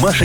Маша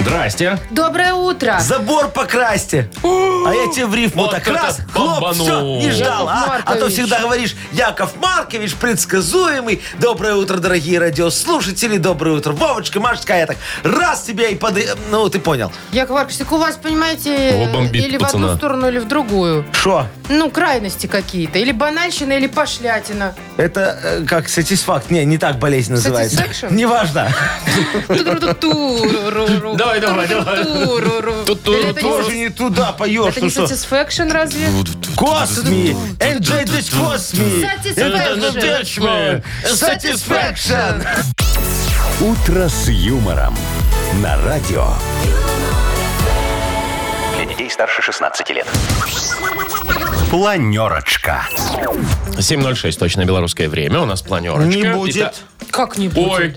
Здрасте. Доброе утро. Забор покрасьте. А я тебе в рифму Вот так это раз, хлоп, бомбанул. все, не ждал. Яков А, А то Маркович. всегда говоришь, Яков Маркович, предсказуемый. Доброе утро, дорогие радиослушатели. Доброе утро, Вовочка, Машечка. А Я так раз тебя и под... Ну, ты понял. Яков Маркович, так у вас, понимаете, Кого бомбит, или в пацана? одну сторону, или в другую. Шо? Ну, крайности какие-то. Или банальщина, или пошлятина. Это э, как сатисфакт. Не, не так болезнь называется. Satisfaction? Неважно. Ту-ру-ру-ту-ру-ру. Давай, давай, давай. Ту-ру-ру-ру. Ту-ту-ру-ту. Или это не Тоже не туда поешь. Это не ты что? satisfaction разве? Косми! Enjoy this Cosme! Satisfaction. Satisfaction! «Утро с юмором» на радио. Для детей старше 16 лет. Планерочка. 7.06, точно белорусское время. У нас планерочка. Не будет. Итак, Как не будет? Ой,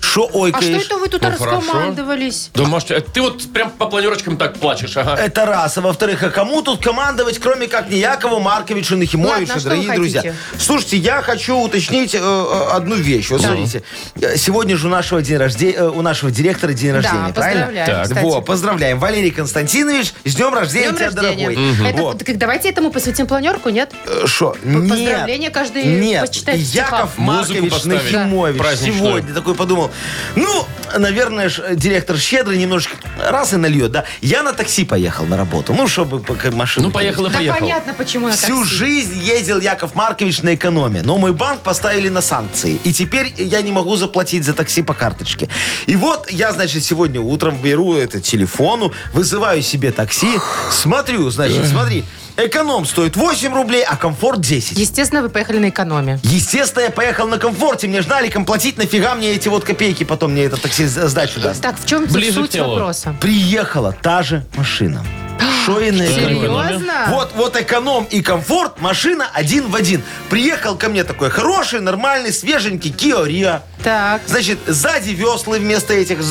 Шо А что ойкаешь? это вы тут Ну, хорошо. раскомандовались? да, Маш, э, ты вот прям по планерочкам так плачешь, Э, ага. Это раз. А во-вторых, а кому тут командовать, кроме как не Якову Марковичу Нахимовичу, Ладно, а что дорогие вы хотите? друзья? Слушайте, я хочу уточнить э, э, одну вещь. Вот смотрите, Э, сегодня же у нашего день рождения, у нашего директора день рождения, Да, правильно? поздравляем, Так. кстати. Во, поздравляем. Валерий Константинович, с днем рождения Днем тебя, рождения. дорогой. Это- Вот. так Давайте этому посвятим планерку, нет? Э, Шо? Нет. поздравления каждый Нет. почитает в стихах. Яков Музыку Маркович поставить. Нахимович Да. Праздничную. сегодня такой подумал. Ну, наверное, ж, э, директор щедрый немножко раз и нальет, да. Я на такси поехал на работу. Ну, чтобы пока машину... Ну, поехал и Да поехал. понятно, почему на Всю такси. жизнь ездил Яков Маркович на экономе, но мой банк поставили на санкции. И теперь я не могу заплатить за такси по карточке. И вот я, значит, сегодня утром беру это телефону, вызываю себе такси, смотрю, значит, смотри, эконом стоит 8 рублей, а комфорт 10. Естественно, вы поехали на экономе. Естественно, я поехал на комфорте, мне же наликом платить, нафига мне эти вот копейки потом мне это такси за- сдачу даст. Так, в чем Ближе к суть телу. вопроса? Приехала та же машина. Шо и на экономе. А, Серьезно? Вот, вот эконом и комфорт, машина один в один. Приехал ко мне такой хороший, нормальный, свеженький Kia Rio. Так. Значит, сзади веслы вместо этих,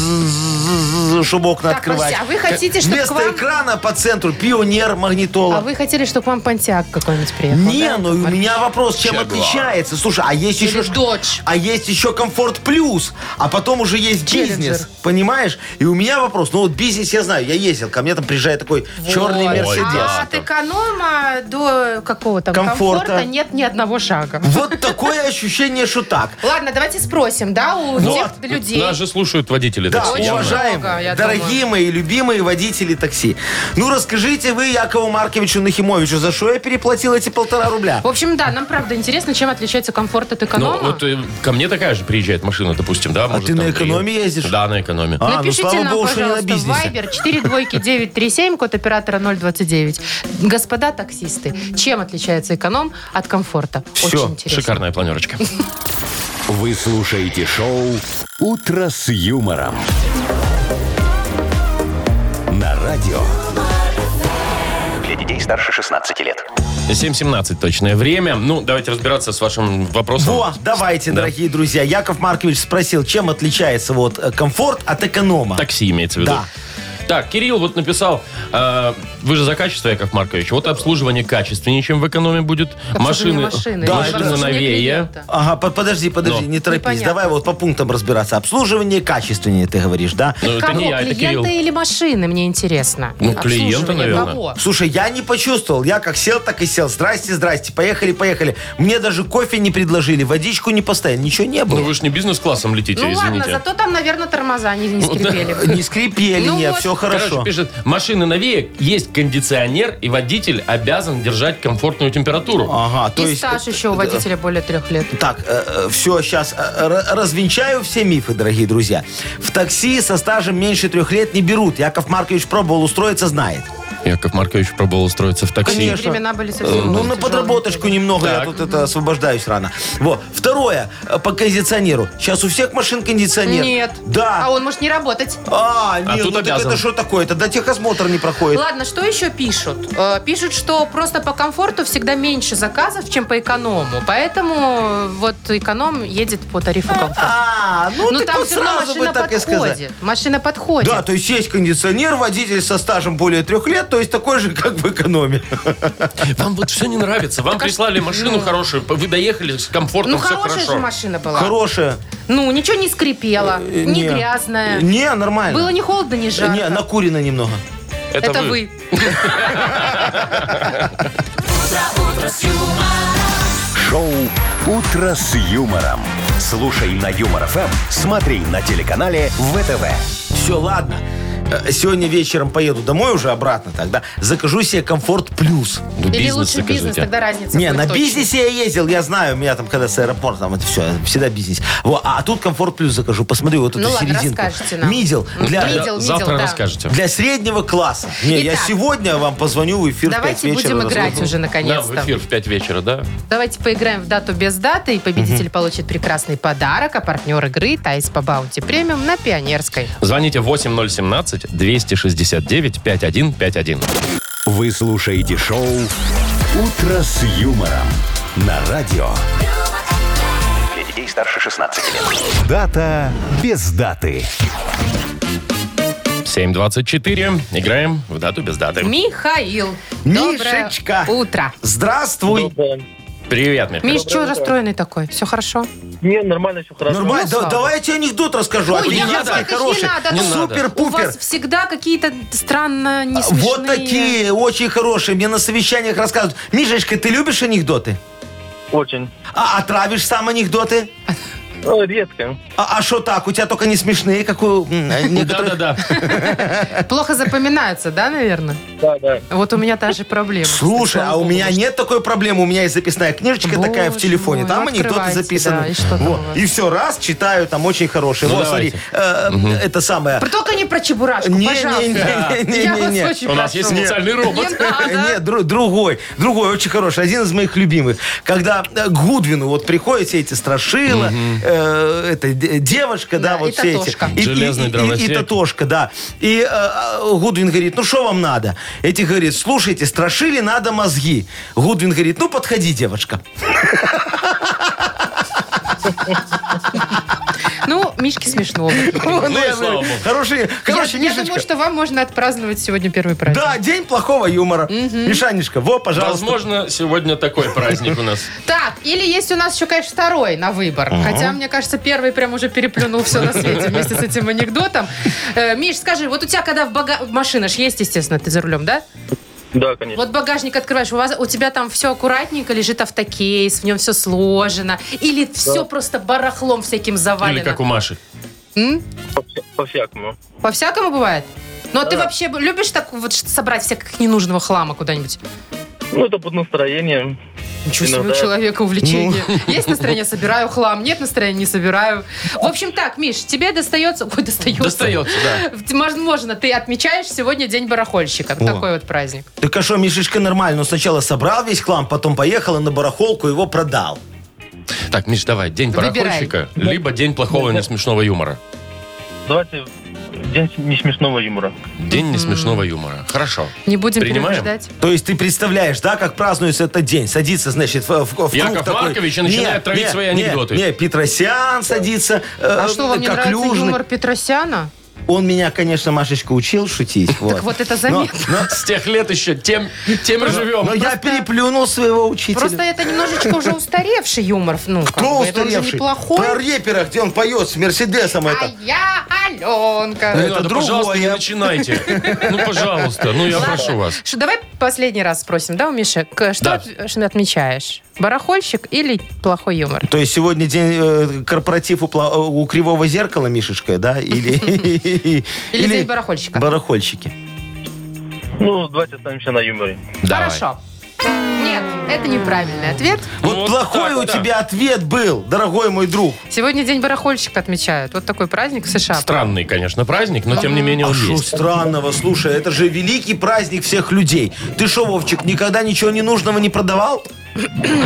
з-з-з-з, чтобы окна Так, открывать. подожди, а вы хотите, чтобы Вместо к вам- экрана по центру пионер магнитола. А вы хотели, чтобы к вам понтяк какой-нибудь приехал? Не, да? ну у меня вопрос, чем Jaguar. отличается? Слушай, а есть Или еще... ш- Dodge. А есть еще комфорт плюс, а потом уже есть Challenger. бизнес, понимаешь? И у меня вопрос, ну вот бизнес я знаю, я ездил, ко мне там приезжает такой черный Вот. мерседес. А от эконома до какого там Комфорта. комфорта, нет ни одного шага. Вот такое ощущение, что так. Ладно, давайте спросим, да, у Ну, тех людей. Нас же слушают водители Да, такси. явно. уважаю. уважаемые, много, я дорогие мои любимые водители такси. Ну, расскажите вы Якову Марковичу Нахимовичу, за что я переплатил эти полтора рубля? В общем, да, нам правда интересно, чем отличается комфорт от эконома. Ну, вот э, ко мне такая же приезжает машина, допустим, да? может, А ты на там три. экономе ездишь? Да, на экономе. А, ну, Напишите слава нам, богу, что не на пожалуйста, бизнесе. Viber 4 двойки 937, код оператора 029. Господа таксисты, чем отличается эконом от комфорта? Всё, Очень интересно. Шикарная планерочка. Вы слушаете шоу «Утро с юмором». На радио. Для детей старше 16 лет. 7.17 точное время. Ну, давайте разбираться с вашим вопросом. Во, давайте, Да. дорогие друзья. Яков Маркович спросил, чем отличается вот э, комфорт от эконома. Такси имеется в виду. Да. Так, Кирилл вот написал, э, вы же за качество, Яков Маркович, вот обслуживание качественнее, чем в экономе будет. Обслуживание Машины, машины. Да, Вообще машины не новее. клиента. Ага, по- подожди, подожди, Но. не торопись. Непонятно. Давай вот по пунктам разбираться. Обслуживание качественнее, ты говоришь, да? Ну, это Кого? не я, это Кирилл. клиента или машины, мне интересно. Ну, клиента, Обслуживание наверное. кого? Слушай, я не почувствовал. Я как сел, так и сел. Здрасте, здрасте. Поехали, поехали. Мне даже кофе не предложили, водичку не поставили. Ничего не было. Ну, вы же не бизнес-классом летите, Ну ладно, извините. зато там, наверное, тормоза не, Ну, не скрипели. Не скрипели, Ну нет, вот. все Короче, хорошо. пишет, машины новее, есть кондиционер, и водитель обязан держать комфортную температуру. Ага, то И есть... э, стаж еще у водителя более трех лет. Так, э, все, сейчас э, развенчаю все мифы, дорогие друзья. В такси со стажем меньше трех лет не берут. Яков Маркович пробовал устроиться, знает. Яков Маркович пробовал устроиться в такси. Конечно. Времена были совсем Ну, на тяжелые. подработочку немного, я Так. тут это освобождаюсь рано. Вот. Второе, э, по кондиционеру. Сейчас у всех машин кондиционер. Нет. Да. А он может не работать. А, нет, тут ну так обязан. это что такое? Это до техосмотр не проходит. Ладно, что еще пишут? Э, Пишут, что просто по комфорту всегда меньше заказов, чем по эконому. Поэтому э, вот эконом едет по тарифу комфорта. А, ну, Но так там вот все равно сразу бы машина так и сказать. подходит. Машина подходит. Да, то есть есть кондиционер, водитель со стажем более трех лет, то есть такой же, как в экономе. Вам вот все не нравится. Вам прислали машину хорошую, вы доехали с комфортом, а Ну, все хорошая же хорошо. машина была. Хорошая. Ну, ничего не скрипело, Э, не грязная. Не, нормально. Было не холодно, не жарко. Не, накурено немного. Это, вы. Шоу «Утро с юмором». Слушай на Юмор ФМ, смотри на телеканале ВТВ. Все, ладно. Э, Сегодня вечером поеду домой уже обратно тогда. Закажу себе комфорт плюс. Ну, Или бизнес лучше закажите. бизнес, тогда разница Не, будет на точно. бизнесе я ездил, я знаю, у меня там когда с аэропортом, это все, всегда бизнес. Во, а тут комфорт плюс закажу, посмотри вот эту Ну ладно, серединку. расскажете нам. Ну, Мидел для, Да, Мидел, Завтра мидел, да. расскажете. для среднего класса. Не, я Итак, сегодня вам позвоню в эфир в пять Давайте вечера. будем играть расскажу. уже Да, в наконец-то. эфир в 5 вечера, да? Давайте поиграем в дату без даты, и победитель получит прекрасный подарок, а партнер игры Тайс по Баунти Премиум на Пионерской. Звоните 8017-269-5151. Вы слушаете шоу «Утро с юмором» на радио. Для детей старше 16 лет. Дата без даты. 7.24. Играем в дату без даты. Михаил, Мишечка. доброе утро. Ну, Здравствуй. Доброе. Привет, Михаил. Миш, что расстроенный такой? Все хорошо? Не, нормально, все хорошо. Нормально, Ну, да- слава. давай я тебе анекдот расскажу. а Ой, Офигенский, Яков Маркович, не хороший. надо, ну, У Супер-пупер. вас всегда какие-то странно не смешные... Вот такие, очень хорошие. Мне на совещаниях рассказывают. Мишечка, ты любишь анекдоты? Очень. А отравишь сам анекдоты? Ну, редко. А что так? У тебя только не смешные, как у м, некоторых. Да-да-да. Плохо запоминаются, да, наверное? Да, да. Вот у меня та же проблема. Слушай, Слава а у богу, меня что- нет такой проблемы. У меня есть записная книжечка Боже такая в телефоне. мой, ну Там анекдоты открывайте, записаны. да, и что там Вот. у вас? И все, раз, читаю, там очень хорошие. Ну, Вот, смотри, давайте. э, это самое. Про- Только не про чебурашку, Не, не, пожалуйста. не, не, не, Я не, вас не. очень У нас есть прошу. специальный робот. Не надо. Э, Нет, дру- другой, другой, очень хороший, один из моих любимых. Когда э, к Гудвину вот приходят все эти страшила, э, это де- девушка, да, Да, и вот все эти. Татошка. И- и- Железный и- и- дровосек. И Татошка, да. И э, э, Гудвин говорит, ну что вам надо? Эти говорит, слушайте, страшили надо мозги. Гудвин говорит, ну подходи, девочка. Ну, Мишке смешно. Ну, я слава говорю, богу. Хороший, короче, я, я думаю, Мишечка. что вам можно отпраздновать сегодня первый праздник. Да, день плохого юмора. Мишанечка, во, пожалуйста. Возможно, сегодня такой праздник у нас. Так, или есть у нас еще, конечно, второй на выбор. Хотя, мне кажется, первый прям уже переплюнул все на свете вместе с этим анекдотом. Э, Миш, скажи, вот у тебя когда в бага... машина ж есть, естественно, ты за рулем, да? Да, конечно. Вот багажник открываешь, у, вас, у тебя там все аккуратненько лежит автокейс, в нем все сложено. Или все просто барахлом всяким завалено. Или как у Маши. М? По, вся- по всякому. По-всякому бывает? Ну, а ты вообще любишь так вот ш- собрать всяких ненужного хлама куда-нибудь? Ну, это под настроением. Ничего Ну себе у Иногда. человека увлечение. Ну. Есть настроение, собираю хлам. Нет настроения, не собираю. В общем так, Миш, тебе достается... Ой, достается. Достается, да. Возможно, ты отмечаешь сегодня День барахольщика. Такой вот праздник. Так а что, Мишечка нормально. Он сначала собрал весь хлам, потом поехал и на барахолку его продал. Так, Миш, давай, день Выбирай. барахольщика, либо день плохого несмешного юмора. Давайте день не смешного юмора. День несмешного юмора. Хорошо. Не будем Принимаем? переждать. То есть ты представляешь, да, как празднуется этот день? Садится, значит, в, в- в круг Яков такой. Маркович и начинает Не, травить не, свои не, анекдоты. Не, Петросян садится, э, А что, вам не как нравится Люжный. юмор Петросяна? Он меня, конечно, Машечка, учил шутить. Так вот это заметно. С тех лет еще тем, тем Ну, и Но живем. я переплюнул своего учителя. Просто это немножечко уже устаревший юмор. Ну, как Кто бы, это уже устаревший? Про неплохой. репера, где он поет с Мерседесом А это. Э. я Не Аленка. это надо, пожалуйста, не другое. начинайте. Ну, пожалуйста. Ну, я Ладно. прошу вас. Ш- Давай последний раз спросим, да, у Миши? К- Что Да. от- ш- отмечаешь? Барахольщик или плохой юмор? То есть сегодня день э, корпоратив у, пла- у кривого зеркала, Мишечка, да? Или, или, день барахольщика. Барахольщики. Ну, давайте остановимся на юморе. Давай. Хорошо. Нет. Это неправильный ответ. Вот, Ну Вот плохой так, у да. тебя ответ был, дорогой мой друг. Сегодня день барахольщика отмечают. Вот такой праздник в США. Странный, конечно, праздник, но тем не менее А он что есть. странного? Слушай, это же великий праздник всех людей. Ты шо, Вовчик, никогда ничего ненужного не продавал?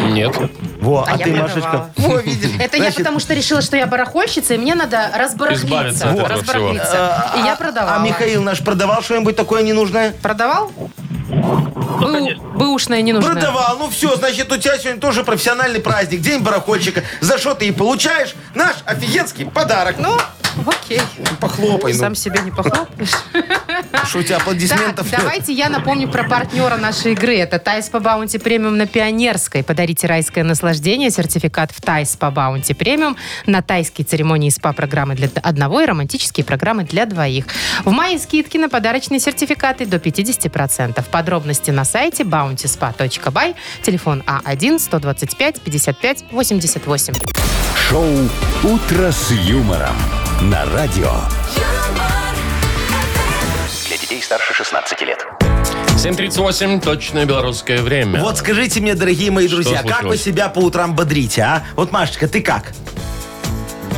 Нет. Во, а, А я ты, продавала. Машечка? Во, видишь. Это я Значит, потому что решила, что я барахольщица, и мне надо разбарахлиться. Избавиться от Вот. этого всего. разбарахлиться. И я продавала. А Михаил наш продавал что-нибудь такое ненужное? Продавал? Бэу- конечно. Бэушное не нужно. Продавал, ну все, значит, у тебя сегодня тоже профессиональный праздник, день барахольщика. За что ты и получаешь наш офигенский подарок. Ну, Ну, окей. похлопай, ну. Сам себе не похлопаешь. Что у тебя аплодисментов Так, нет? давайте я напомню про партнера нашей игры. Это Тайс по Баунти Премиум на Пионерской. Подарите райское наслаждение. Сертификат в Тайс по Баунти Премиум на тайские церемонии и СПА-программы для одного и романтические программы для двоих. В мае скидки на подарочные сертификаты до 50%. Подробности на сайте bountyspa.by. Телефон А А1-125-55-88. Шоу «Утро с юмором» на радио. юмор, Для детей старше 16 лет. 7.38, точное белорусское время. Вот скажите мне, дорогие мои друзья, как вы случилось? себя по утрам бодрите, а? Вот, Машечка, ты как?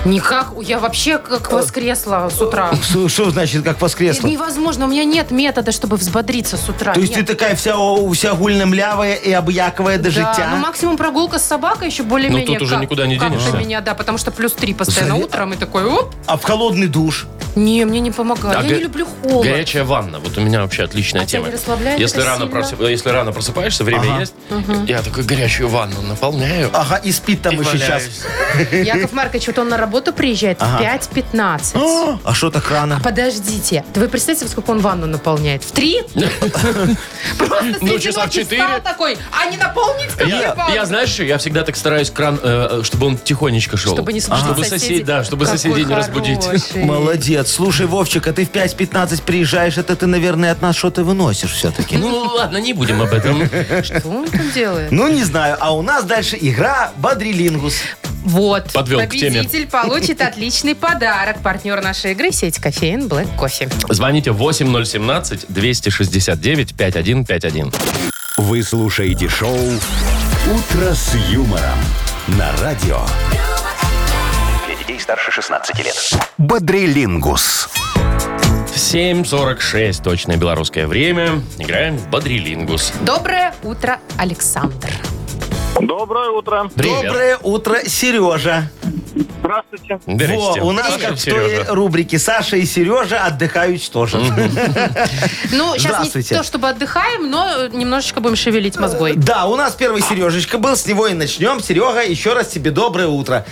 Никак, я вообще как воскресла с утра. Что значит, как воскресла? Невозможно, у меня нет метода, чтобы взбодриться с утра. То есть Нет. ты такая вся, о, вся гульно млявая и объяковая до життя? Да, ну максимум прогулка с собакой еще более-менее. Ну, тут уже как- никуда не как-то денешься. меня, да, потому что плюс три постоянно Совет- утром и такой, оп, А в холодный душ? не, мне не помогает. А я га- не люблю холод. Горячая ванна. Вот у меня вообще отличная А тебя тема. не расслабляет если, это рано сильно? просып- если рано просыпаешься, время есть, я такую горячую ванну наполняю. А Ага, и спит там и еще валяюсь. час. Яков Маркович, вот он на работу приезжает в 5.15. О, А что так рано? Подождите, да вы представьте, во сколько он ванну наполняет? В три? Просто Ну, среди часа в ночи четыре. встал такой, а не наполнить ко мне Я, ванну?» я, знаешь, что, я всегда так стараюсь кран, э, чтобы он тихонечко шел. Чтобы не слышать Чтобы соседей. соседей, да, чтобы Какой соседей не разбудить. хороший. Молодец. Слушай, Вовчик, а ты в 5.15 приезжаешь, это ты, наверное, от нас что-то выносишь все-таки. Ну ладно, не будем об этом. Что он там делает? Ну, не знаю. А у нас дальше игра «Бодрилингус». Вот. Подвел к теме. Победитель получит отличный подарок. Партнер нашей игры – сеть кофеин Black Кофе. Звоните 8017-269-5151. Вы слушаете шоу «Утро с юмором» на радио. Для детей старше 16 лет. Бодрилингус. 7.46, точное белорусское время. Играем в Бодрилингус. Доброе утро, Александр. Доброе утро. Привет. Доброе утро, Сережа. Здравствуйте. Здрасте. Во, у нас, Саша, как в той Сережа. рубрике, Саша и Сережа отдыхают тоже. Ну, сейчас не Здравствуйте. Э, то, чтобы отдыхаем, но э, немножечко будем шевелить мозгой. Да, у нас первый Сережечка был, с него и начнем. Серега, еще раз тебе доброе утро.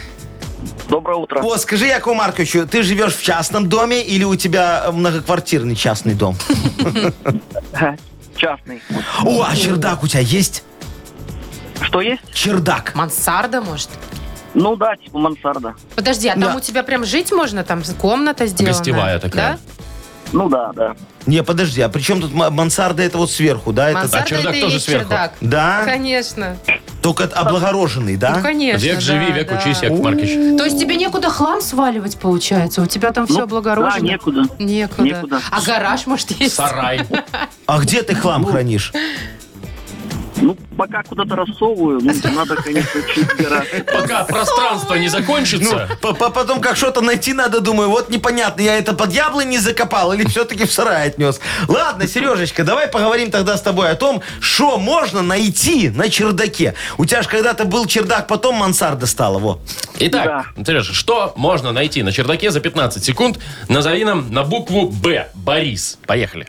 Доброе утро. О, скажи, Якову Марковичу, ты живешь в частном доме или у тебя э, многоквартирный частный дом? Частный. О, а чердак у тебя есть? Что есть? Чердак. Мансарда, может? Ну да, типа мансарда. Подожди, а там Да. у тебя прям жить можно? Там комната сделана? Гостевая такая. Да? Ну да, да. Не, подожди, а при чем тут м- мансарда это вот сверху, да? Это, Мансарда чердак это и тоже есть сверху. чердак. Ну, да? Конечно. Только облагороженный, Ну, да? конечно. Век да, живи, век да. учись, Яков Маркович. То есть тебе некуда хлам сваливать, получается? У тебя там все ну, облагорожено? Да, некуда. Некуда. Некуда. А гараж, может, есть? Сарай. А где ты хлам хранишь? Ну, пока куда-то рассовываю, ну, надо, конечно, чуть убираться. Пока пространство не Ну, закончится. по- по- потом как что-то найти надо, думаю, вот непонятно, я это под яблони закопал или все-таки в сарай отнес. Ладно, Сережечка, давай поговорим тогда с тобой о том, что можно найти на чердаке. У тебя же когда-то был чердак, потом мансарда стала, во. Итак, Сережа, что можно найти на чердаке за 15 секунд? Назови нам на букву Б. Борис. Поехали.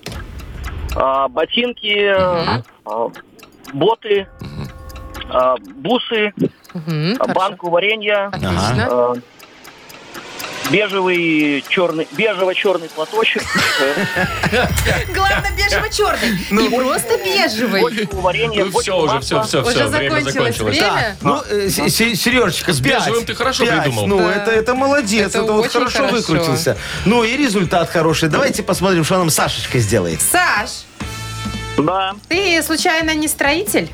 А, ботинки, а, боты, а, бусы, Мгм, а, хорошо. банку варенья, Отлично. а, бежевый черный, бежево-черный платочек, э, Главное, бежево-черный. Ну, Не просто бежевый. бочку варенья, бочку все Ну, уже, все, масла. все, все. Уже Время закончилось закончилось. время. Ну, э, Се- Се- Сережечка, с бежевым ты хорошо придумал. Ну, Да. это, это молодец, Это это, вот очень хорошо, хорошо. выкрутился. Ну и результат хороший. Давайте посмотрим, что нам Сашечка сделает. Саш, Да, ты случайно не строитель?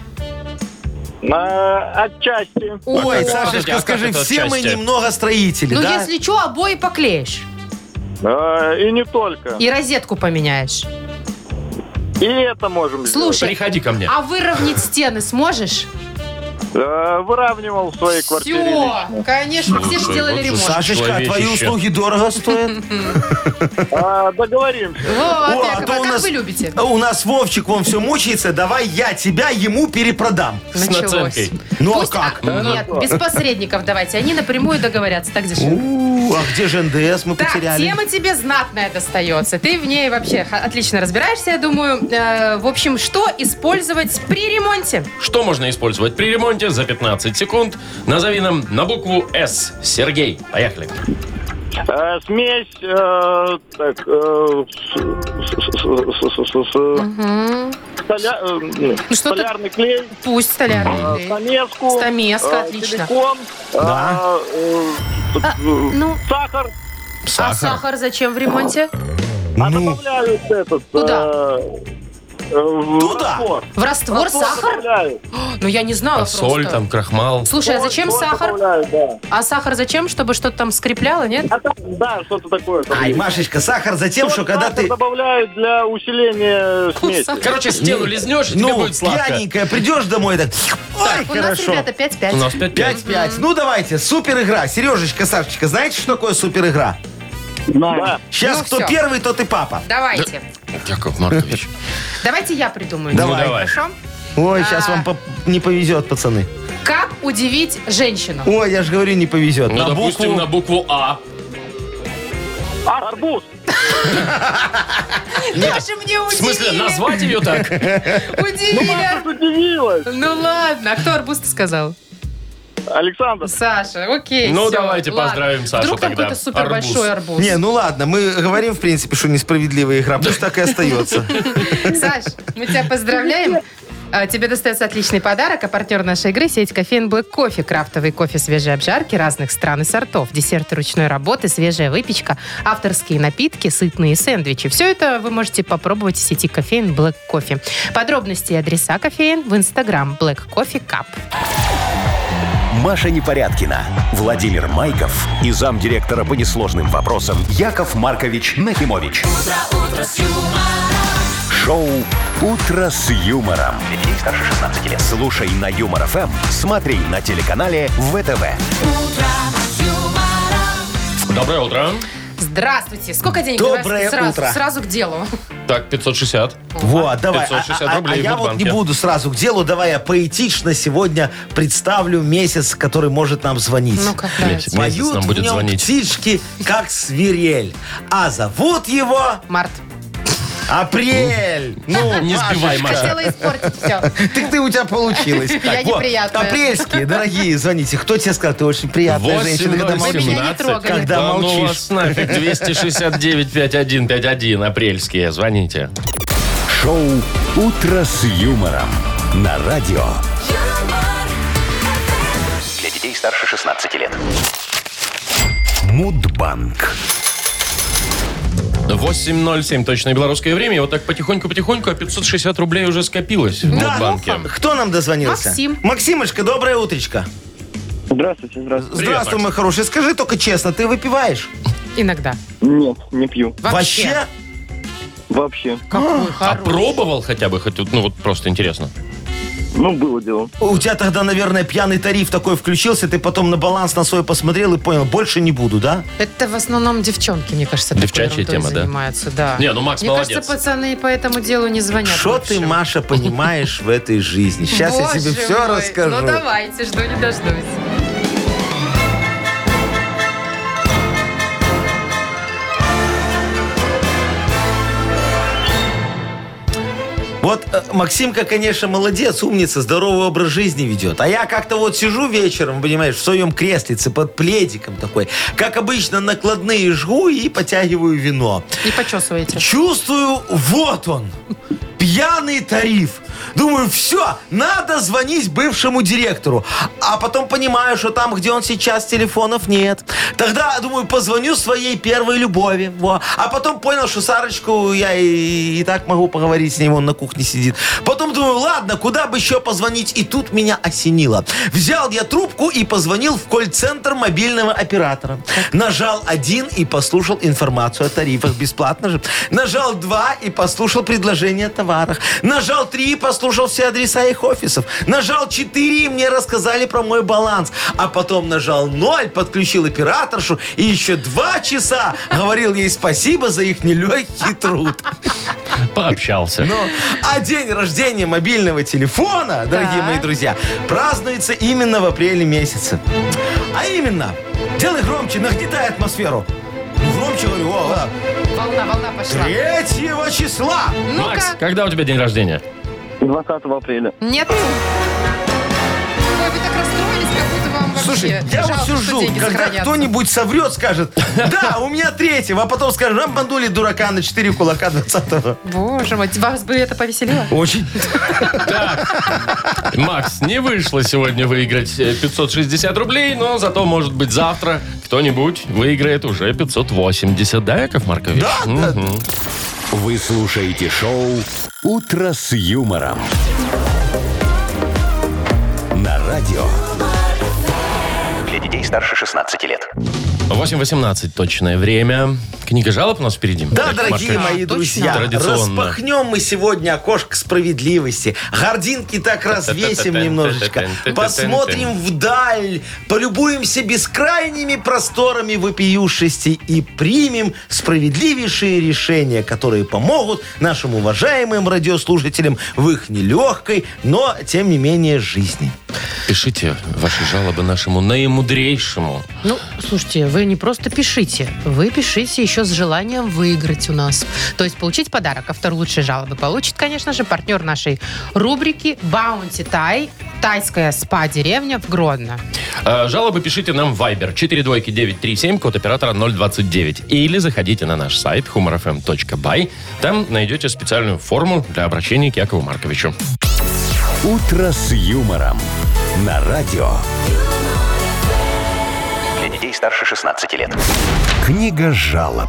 на- а, отчасти. Ой, как- подожди, а Сашечка, как скажи, это все мы отчасти? немного строители, Ну, да? если что, обои поклеишь. А, И не только. И розетку поменяешь. И это можем Ну, Слушай, Приходи ко мне. а выровнять стены сможешь? сделать. Э, Выравнивал в своей квартире. лично. Все, конечно, все же Слушай, делали вот же ремонт. Сашечка, а твои Человечище. услуги дорого стоят? А, договоримся. Вот, О, а Яков, то а у как нас- вы любите? У нас Вовчик, он все мучается, давай я тебя ему перепродам. С Началось. наценкой. Ну а Пусть- как? а, нет, без посредников давайте. Они напрямую договорятся, так дешевле. У, А где же НДС мы Так, потеряли? тема тебе знатная достается. Ты в ней вообще х- отлично разбираешься, я думаю. Э, в общем, что использовать при ремонте? Что можно использовать при ремонте за 15 секунд? Назови нам на букву «С». Сергей, поехали. Э, Смесь, э, так, э, с- с- с- с- с- с- соля- э, нет, Ну, что-то- солярный клей, Пусть э, столярный. клей. стамеску, Стамеска, э, отлично. силикон, э, Да. э, т- А, э, ну. сахар. А сахар зачем в ремонте? А Ну, добавляют этот... Куда? э, э, в Туда. раствор. В раствор сахар? добавляют. Ну, я не знала А соль, просто. там, крахмал. Слушай, а зачем Соль сахар? добавляют, да. А сахар зачем? Чтобы что-то там скрепляло, нет? А там, да, что-то такое. там Ай, есть. Машечка, сахар за тем, Соль, что когда сахар ты добавляют для усиления смеси. сахар. Короче, стену лизнешь, и тебе ну, будет сладко. пьяненькая придешь домой, так, ой, У нас, хорошо. ребята, 5-5. У нас 5-5. 5-5. Ну, давайте, супер игра. Сережечка, Сашечка, знаете, что такое супер игра? Да. Сейчас Ну, кто всё. первый, тот и папа. Давайте. Яков Маркович. Давайте я придумаю. Давай. Ну, давай. Хорошо? Ой, сейчас вам по- не повезет, пацаны. Как удивить женщину? Ой, я же говорю, не повезет. Ну, На допустим, букву- на букву «А». Арбуз. Даже мне Ну, В смысле, удивили. назвать ее так? Удивили. Удивилась. Ну ладно, а кто арбуз сказал? Александр. Саша, окей. Ну, всё, давайте ладно. поздравим Сашу Вдруг тогда. какой-то супер большой арбуз. Не, ну ладно, мы говорим, в принципе, что несправедливая игра, пусть так и остается. Саш, мы тебя поздравляем. А, Тебе достается отличный подарок, а партнер нашей игры – сеть кофеин Black Кофе. Крафтовый кофе свежей обжарки разных стран и сортов, десерты ручной работы, свежая выпечка, авторские напитки, сытные сэндвичи. Все это вы можете попробовать в сети кофеин Black Кофе. Подробности и адреса кофеин в инстаграм Black Coffee Cup. Маша Непорядкина, Владимир Майков и замдиректора по несложным вопросам Яков Маркович Нахимович. Шоу Утро с юмором. Детей старше 16 лет. Слушай на юмор ФМ, смотри на телеканале ВТВ. Доброе утро. Здравствуйте. Сколько денег? Доброе Давай сразу, утро. сразу к делу. Так, 560. Вот, давай. А- 560 а- а- рублей а я в вот не банке. буду сразу к делу, давай я поэтично сегодня представлю месяц, который может нам звонить. Ну-ка, Месяц. давайте. Поют нам будет в нем звонить. птички, как свирель. А зовут его Март. Апрель. Ну, Не сбивай, Маша. Хотела испортить все. Так ты у тебя получилось. Я Вот, неприятная. Апрельские, дорогие, звоните. Кто тебе сказал, ты очень приятная женщина, когда Вы молчишь? меня не трогали. Когда да ну молчишь. вас нафиг. 269-5151. Апрельские. Звоните. Шоу Утро с юмором на радио. Для детей старше 16 лет. Мудбанк. 8.07 точное белорусское время. И вот так потихоньку-потихоньку, а 560 рублей уже скопилось в Да. Мудбанке. Кто нам дозвонился? Максим. Максимочка, доброе утречко. Здравствуйте, здравствуйте. Здравствуй, Макс. мой хороший. Скажи только честно, ты выпиваешь? Иногда. Нет, не пью. Вообще. Вообще. Какой А хороший. пробовал хотя бы, хоть, ну вот просто интересно. Ну, было дело. У тебя тогда, наверное, пьяный тариф такой включился, ты потом на баланс на свой посмотрел и понял, больше не буду, да? Это в основном девчонки, мне кажется, такой Девчачья ерундой тема, да? занимаются, да. Не, ну, Макс мне молодец. кажется, пацаны по этому делу не звонят. Что вообще. ты, Маша, понимаешь в этой жизни? Сейчас я Боже тебе все мой. расскажу. Ну давайте, жду не дождусь. Вот э, Максимка, конечно, молодец, умница, здоровый образ жизни ведет. А я как-то вот сижу вечером, понимаешь, в своем креслице под пледиком такой. Как обычно, накладные жгу и потягиваю вино. И почесываете. Чувствую, вот он, пьяный тариф. Думаю, все, надо звонить бывшему директору. А потом понимаю, что там, где он сейчас, телефонов нет. Тогда, думаю, позвоню своей первой любови. Во. А потом понял, что Сарочку я и, и так могу поговорить с ним, он на кухне сидит. Потом думаю, ладно, куда бы еще позвонить? И тут меня осенило. Взял я трубку и позвонил в колл-центр мобильного оператора. Нажал один и послушал информацию о тарифах. Бесплатно же. Нажал два и послушал предложение о товарах. Нажал три и послушал все адреса их офисов. Нажал четыре и мне рассказали про мой баланс. А потом нажал ноль, подключил операторшу и еще два часа говорил ей спасибо за их нелегкий труд. Пообщался. Ну, а день рождения мобильного телефона, дорогие Так. мои друзья, празднуется именно в апреле месяце. А именно, делай громче, нагнетай атмосферу. Ну, Громче говорю, о, да. Волна, волна пошла. 3 числа. Макс, Ну-ка. когда у тебя день рождения? 20 апреля. Нет. Ой, вы так расстроились, как будто вам вообще Слушай, я жалко, вот что сижу, деньги когда сохранятся. кто-нибудь соврет, скажет, да, у меня третьего, а потом скажет, обманули дурака на 4 кулака 20-го. Боже мой, вас бы это повеселило? Очень. Макс, не вышло сегодня выиграть э, 560 рублей, но зато, может быть, завтра кто-нибудь выиграет уже 580, да, Яков Маркович? Да, да, да. Вы слушаете шоу «Утро с юмором». На радио. Для детей старше 16 лет. 8.18 точное время. Книга жалоб у нас впереди. Да, Яков дорогие Маркович. мои точно. друзья, Традиционно. распахнем мы сегодня окошко справедливости. Гординки так развесим немножечко. Посмотрим вдаль, полюбуемся бескрайними просторами вопиюшести и примем справедливейшие решения, которые помогут нашим уважаемым радиослушателям в их нелегкой, но, тем не менее, жизни. Пишите ваши жалобы нашему наимудрейшему. Ну, слушайте, вы не просто пишите, вы пишите еще с желанием выиграть у нас. То есть получить подарок. Автор лучшей жалобы получит, конечно же, партнер нашей рубрики «Баунти Тай» тайская спа-деревня в Гродно. Э, Жалобы пишите нам в Viber 42937, код оператора 029. Или заходите на наш сайт humorfm.by. Там найдете специальную форму для обращения к Якову Марковичу. «Утро с юмором». На радио. Для детей старше 16 лет. Книга жалоб.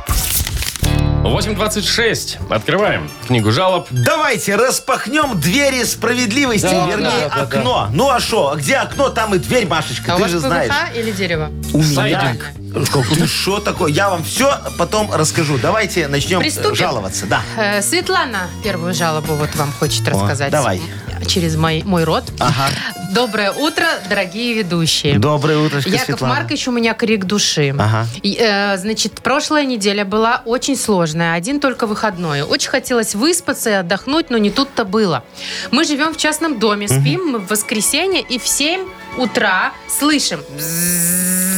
8.26. Открываем книгу жалоб. Давайте распахнем двери справедливости, Да, вернее, да, да, да. окно. Ну а что? Где окно, там и дверь, Машечка, а у ты вас же ПВХ знаешь. или дерево? У Сайдинг. меня? Как, Ты что такое? Я вам все потом расскажу. Давайте начнем Приступим. э, жаловаться. Да. Э, Светлана первую жалобу вот вам хочет рассказать. давай. Через мой, мой рот. Доброе утро, дорогие ведущие. Доброе утро, Яков Маркович, у меня крик души. Ага. И, э, значит, прошлая неделя была очень сложная, один только выходной. Очень хотелось выспаться и отдохнуть, но не тут-то было. Мы живем в частном доме, спим мы в воскресенье и в 7 утра слышим «бзззз»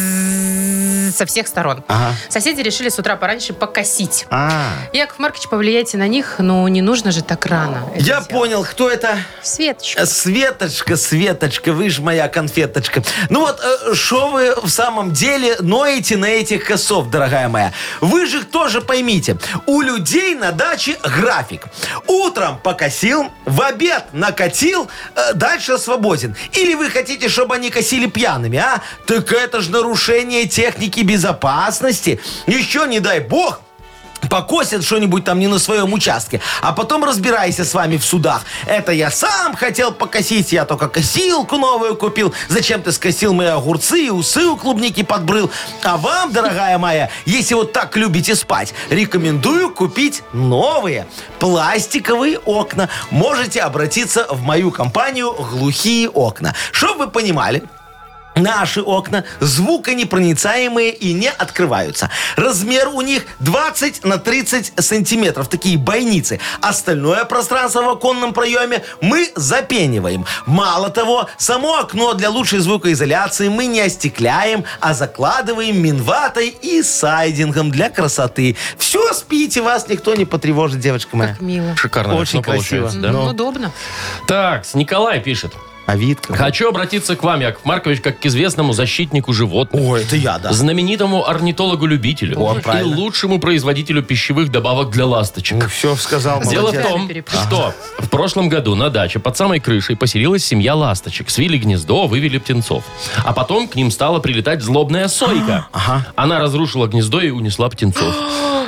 со всех сторон. Ага. Соседи решили с утра пораньше покосить. А. Яков Маркович, повлияйте на них, но не нужно же так рано. это Я делать. понял, кто это? Светочка. Э, Светочка, Светочка, вы же моя конфеточка. Ну вот, что вы в самом деле ноете на этих косов, дорогая моя? Вы же тоже поймите, у людей на даче график. Утром покосил, в обед накатил, э, дальше свободен. Или вы хотите, чтобы они косили пьяными, а? Так это же нарушение техники безопасности. Еще, не дай бог, покосят что-нибудь там не на своем участке, а потом разбирайся с вами в судах. Это я сам хотел покосить, я только косилку новую купил. Зачем ты скосил мои огурцы и усы у клубники подбрыл? А вам, дорогая моя, если вот так любите спать, рекомендую купить новые пластиковые окна. Можете обратиться в мою компанию «Глухие окна». Чтобы вы понимали, Наши окна звуконепроницаемые и не открываются. Размер у них 20 на 30 сантиметров, такие бойницы. Остальное пространство в оконном проеме мы запениваем. Мало того, само окно для лучшей звукоизоляции мы не остекляем, а закладываем минватой и сайдингом для красоты. Все, спите, вас никто не потревожит, девочка моя. Как мило. Шикарно. Очень Ну. окно получается, красиво. да? Ну, удобно. Так, Николай пишет. Авито. Хочу обратиться к вам, Яков Маркович, как к известному защитнику животных. Ой, это я, да. Знаменитому орнитологу-любителю О, и правильно. лучшему производителю пищевых добавок для ласточек. Все сказал, Дело в молодец. том, перепутал. что в прошлом году на даче под самой крышей поселилась семья ласточек. Свили гнездо, вывели птенцов. А потом к ним стала прилетать злобная сойка. Она разрушила гнездо и унесла птенцов.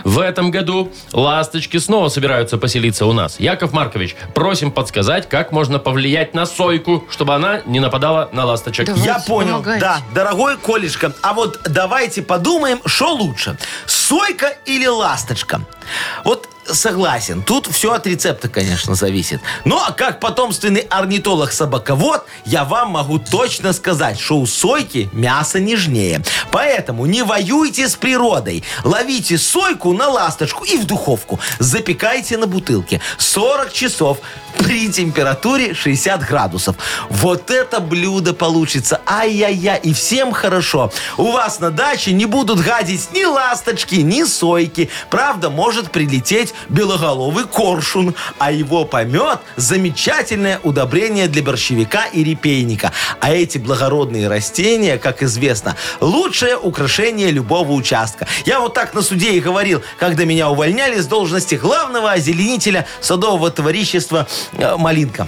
В этом году ласточки снова собираются поселиться у нас. Яков Маркович, просим подсказать, как можно повлиять на сойку, чтобы она не нападала на ласточек. Да. Я Давайте, понял, помогайте. да, дорогой Колешка. А вот давайте подумаем, что лучше, сойка или ласточка? Вот согласен, тут все от рецепта, конечно, зависит. Но как потомственный орнитолог-собаковод, я вам могу точно сказать, что у сойки мясо нежнее. Поэтому не воюйте с природой. Ловите сойку на ласточку и в духовку. Запекайте на бутылке 40 часов при температуре 60 градусов. Вот это блюдо получится. Ай-яй-яй, и всем хорошо. У вас на даче не будут гадить ни ласточки, ни сойки. Правда, может прилететь белоголовый коршун, а его помет – замечательное удобрение для борщевика и репейника. А эти благородные растения, как известно, лучшее украшение любого участка. Я вот так на суде и говорил, когда меня увольняли с должности главного озеленителя садового товарищества э, «Малинка».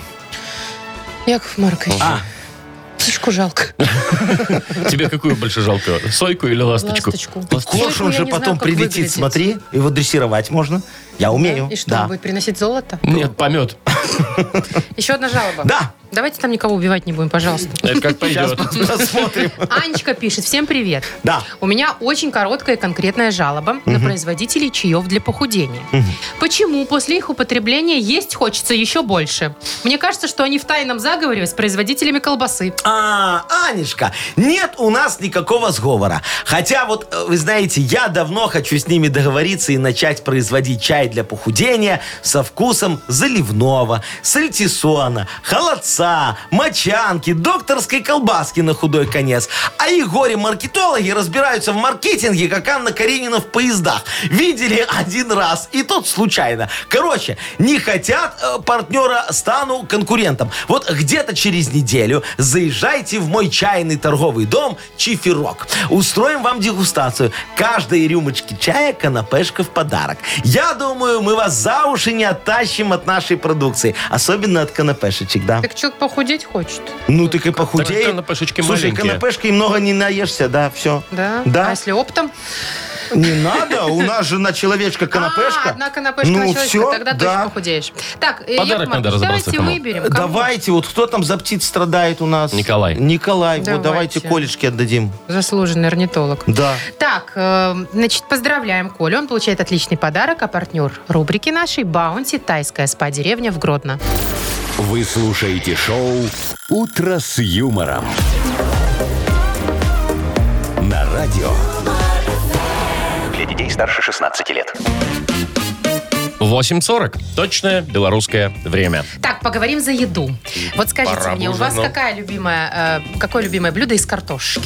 Яков Маркович. А. Птичку жалко. Тебе какую больше жалко? Сойку или ласточку? Так Сойку Коршун я же не потом знаю, как прилетит, выглядит. смотри, его дрессировать можно. Я умею. И что, да. он будет приносить золото? Нет, помет. Еще одна жалоба. Да. Давайте там никого убивать не будем, пожалуйста. Это как пойдет. Посмотрим. Анечка пишет. Всем привет. Да. У меня очень короткая и конкретная жалоба на производителей чаев для похудения. Почему после их употребления есть хочется еще больше? Мне кажется, что они в тайном заговоре с производителями колбасы. А, Анечка, нет у нас никакого сговора. Хотя вот, э, вы знаете, я давно хочу с ними договориться и начать производить чай для похудения со вкусом заливного, сальтисона, холодца, мочанки, докторской колбаски на худой конец. А их горе-маркетологи разбираются в маркетинге, как Анна Каренина в поездах. Видели один раз, и тот случайно. Короче, не хотят э, партнера стану конкурентом. Вот где-то через неделю заезжайте в мой чайный торговый дом «Чиферок». Устроим вам дегустацию. Каждой рюмочке чая канапешка в подарок. Я думаю, мы вас за уши не оттащим от нашей продукции. Особенно от канапешечек, да. Так человек похудеть хочет. Ну, так и похудеет. Так канапешечки Слушай, маленькие. канапешкой много не наешься, да, все. Да? Да. А если оптом? Не надо, у нас же на человечка канапешка. А, одна канапешка ну, на человечка, все, тогда да. точно похудеешь. Так, э, Подарок Яков надо Маркович, разобраться давайте кому. выберем. Кому? Давайте, вот кто там за птиц страдает у нас? Николай. Николай, вот Давайте. давайте колечки отдадим. Заслуженный орнитолог. Да. Так, э, значит, поздравляем Колю. Он получает отличный подарок, а партнер рубрики нашей «Баунти. Тайская спа-деревня» в Гродно. Вы слушаете шоу «Утро с юмором». На радио. Для детей старше 16 лет. 8.40. Точное белорусское время. Так, поговорим за еду. Вот скажите Пора бы мне, у уже, вас ну. какая любимая, э, какое любимое блюдо из картошки?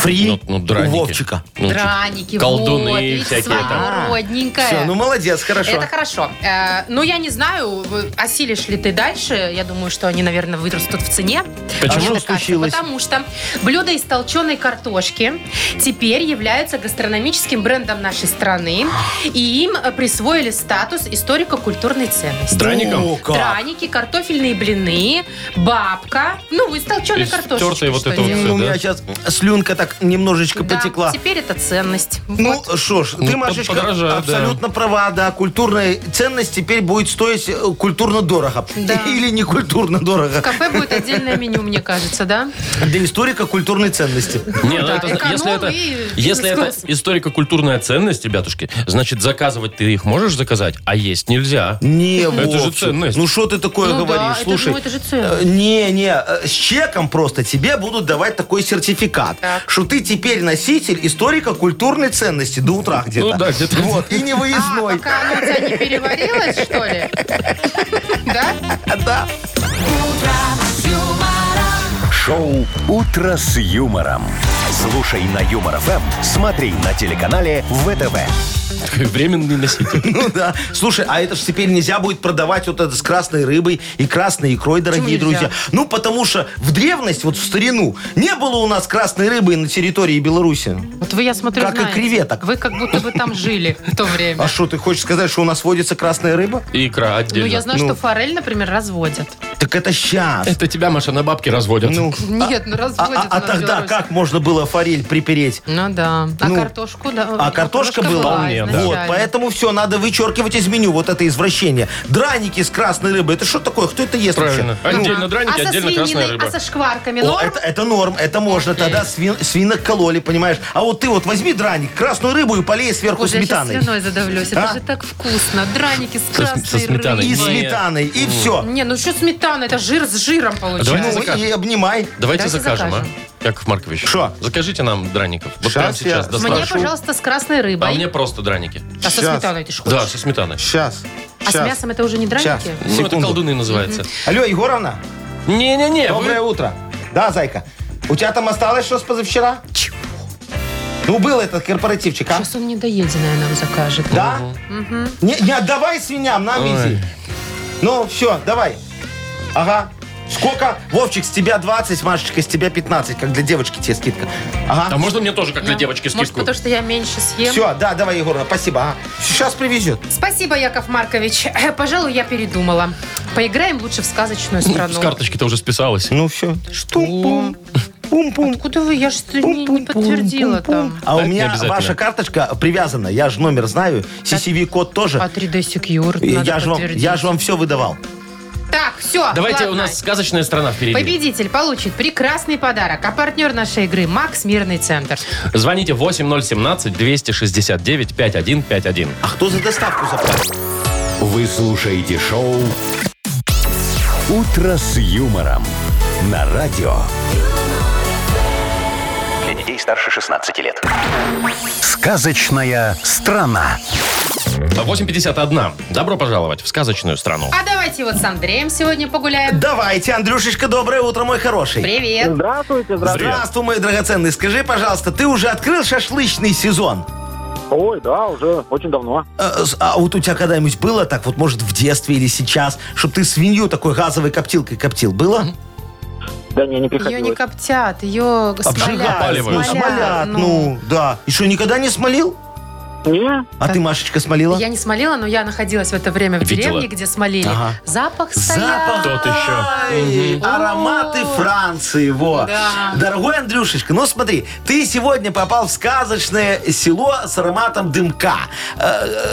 Фри Ну, ну, у драники. Вовчика. Ну, Драники, колдуны вот, ведь всякие там. Сладенькое. Все, ну молодец, хорошо. Э. Это хорошо. Э, ну, я не знаю, вы- осилишь ли ты дальше. Я думаю, что они, наверное, вырастут в цене. Почему Мне так кажется, случилось? Потому что блюдо из толченой картошки теперь является гастрономическим брендом нашей страны. И им э, присвоили статус историко-культурной ценности. Драником? О, как. Драники, картофельные блины, бабка. Ну, из толченой Из картошки. тёртой вот что это вот делать? всё, Ну, у да? меня сейчас слюнка так немножечко Да, потекла. теперь это ценность. Ну Вот. что ж, ты, Ну, Машечка, подорожает, да. абсолютно права, да. Культурная ценность теперь будет стоить э, культурно дорого. Да. Или не культурно В дорого. кафе будет отдельное меню, мне кажется, да? Для историка культурной ценности. Не, ну да, это- эконом если это, и если это бизнес-класс. историко-культурная ценность, ребятушки, значит, заказывать ты их можешь заказать, а есть нельзя. Не, Это же Вовчик, ценность. Ну что ты такое Ну да, говоришь? это- Слушай, ну это же ценность. э, не, не, э, с чеком просто тебе будут давать такой сертификат, Так. что ты теперь носитель историко-культурной ценности до утра где-то. Ну да, где-то. Вот, и не А, выездной. пока оно у тебя не переварилось, что ли? Да? Да. Шоу «Утро с юмором». Слушай на Юмор ФМ, смотри на телеканале ВТВ. Временный носитель. Ну да. Слушай, а это ж теперь нельзя будет продавать вот это с красной рыбой и красной икрой, дорогие нельзя? друзья. Ну, потому что в древность, вот в старину, не было у нас красной рыбы на территории Беларуси. Вот вы, я смотрю, Как и знаете. креветок. Вы как будто бы там жили в то время. А что, ты хочешь сказать, что у нас водится красная рыба? И икра Ну, отдельно. я знаю, Ну. что форель, например, разводят. Так это сейчас. Это тебя, Маша, на бабки разводят. Ну, Нет, ну а, разводят. а- а у нас в тогда Беларуси. как можно было форель припереть? Ну да. А Ну, картошку, да. А картошка была? Вполне, да. Вот, изначально. поэтому все, надо вычеркивать из меню вот это извращение. Драники с красной рыбой, это что такое? Кто это ест Правильно. вообще? Ну, Отдельно А. драники, а со отдельно красная свининой, рыба. а со шкварками О, норм? это, это норм, это можно. Тогда свин- свинок кололи, понимаешь? А вот ты вот возьми драник, красную рыбу и полей сверху Боже, я сейчас сметаной. слюной задавлюсь. Это А? же так вкусно. Драники с Со см- красной со сметаной. И Нет. рыбой. сметаной, и все. Не, ну что сметана? Это жир с жиром А Давайте Ну, получается. закажем. и обнимай. Давайте, Давайте закажем, закажем. а? Яков Маркович. Шо? Закажите нам драников. Щас Вот прямо сейчас я Мне, доставлю. спрошу. пожалуйста, с красной рыбой. А мне просто драники. А со Щас. сметаной ты ж Да, хочешь? со сметаной. Сейчас. А с мясом это уже не Щас. драники? Ну, это Секунду. колдуны называется. Алло, Егоровна, Не-не-не, А вы- доброе утро. Да, зайка. У тебя там осталось что с позавчера? Ну, был этот корпоративчик, а? Сейчас он недоеденное нам закажет. Да? Не, не отдавай свиням, нам Ой. вези. Ну, все, давай. Ага. Сколько? Вовчик, с тебя 20, Машечка, с тебя 15, как для девочки тебе скидка. А Ага. можно мне тоже, как для Ну, девочки, Может, скидку? потому что я меньше съем? Все, да, давай, Егор, спасибо. Ага. Сейчас привезет. Спасибо, Яков Маркович. Э, Пожалуй, я передумала. Поиграем лучше в сказочную страну. С карточки-то уже списалась. Ну, все. Штум-пум. Пум-пум. Ну, Куда вы? Я же не, не подтвердила там. А у Так, не меня обязательно. ваша карточка привязана. Я же номер знаю. CCV-код тоже. А 3D Secure И надо Я же вам, подтвердить. я ж вам все выдавал. Так, все, Давайте у нас сказочная страна впереди. Победитель получит прекрасный подарок. А партнер нашей игры Макс Мирный Центр. Звоните 8017-269-5151. А кто за доставку заплатил? Вы слушаете шоу «Утро с юмором» на радио. Для детей старше 16 лет. Сказочная страна. 8.51. Добро пожаловать в сказочную страну. А давайте вот с Андреем сегодня погуляем. Давайте, Андрюшечка, доброе утро, мой хороший. Привет. Здравствуйте, здравствуйте. Здравствуй, мой драгоценный. Скажи, пожалуйста, ты уже открыл шашлычный сезон? Ой, да, уже очень давно. Э, с- А вот у тебя когда-нибудь было так, вот может в детстве или сейчас, чтобы ты свинью такой газовой коптилкой коптил? Было? Да не, не Ее не приходилось. коптят, ее спалят. Обжигают, ну, смолят, смолят, ну, да. И что, никогда не смолил? Не? А ты, Машечка, смолила? Я не смолила, но я находилась в это время в Видела. деревне, где смолили. Ага. Запах Запах. стоял. Тот еще. Ай, Ароматы О. Франции, во. Да. Дорогой Андрюшечка, ну смотри, ты сегодня попал в сказочное село с ароматом дымка. Э,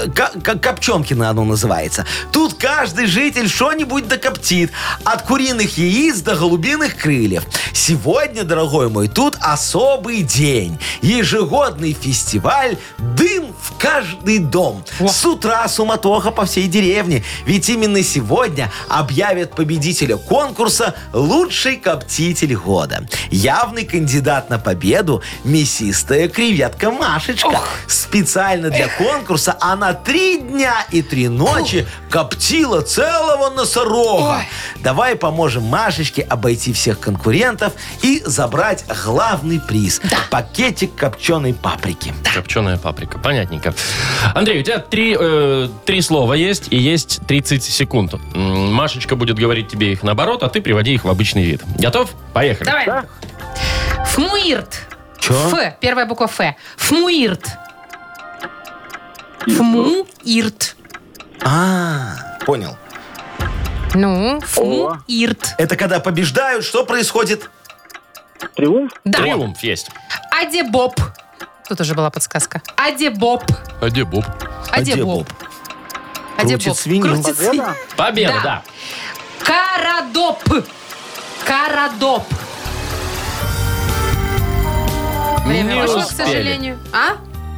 э, ка- ка- Копченкино оно называется. Тут каждый житель что-нибудь докоптит. От куриных яиц до голубиных крыльев. Сегодня, дорогой мой, тут особый день. Ежегодный фестиваль «Дым в каждый дом». С утра суматоха по всей деревне. Ведь именно сегодня объявят победителя конкурса «Лучший коптитель года». Явный кандидат на победу – мясистая креветка Машечка. Специально для конкурса она три дня и три ночи коптила целого носорога. Давай поможем Машечке обойти всех конкурентов и забрать главный приз – пакетик копченой паприки. Копченая паприка. Понятненько. Андрей, у тебя три, э, три слова есть и есть 30 секунд. М, Машечка будет говорить тебе их наоборот, а ты приводи их в обычный вид. Готов? Поехали. Давай. Фмуирт. Ф. Первая буква Ф. Фмуирт. Фмуирт. А, понял. Ну, фмуирт. Это когда побеждают, что происходит? Триумф? Да. Триумф есть. Адебоб. Тут уже была подсказка. Адебоб. А где Боб? А Адебоб. Крутит свинью. Крутит свинью. Победа? Победа, Да. да. Карадоп. Карадоп. Время Не вышло, к успели. сожалению. А?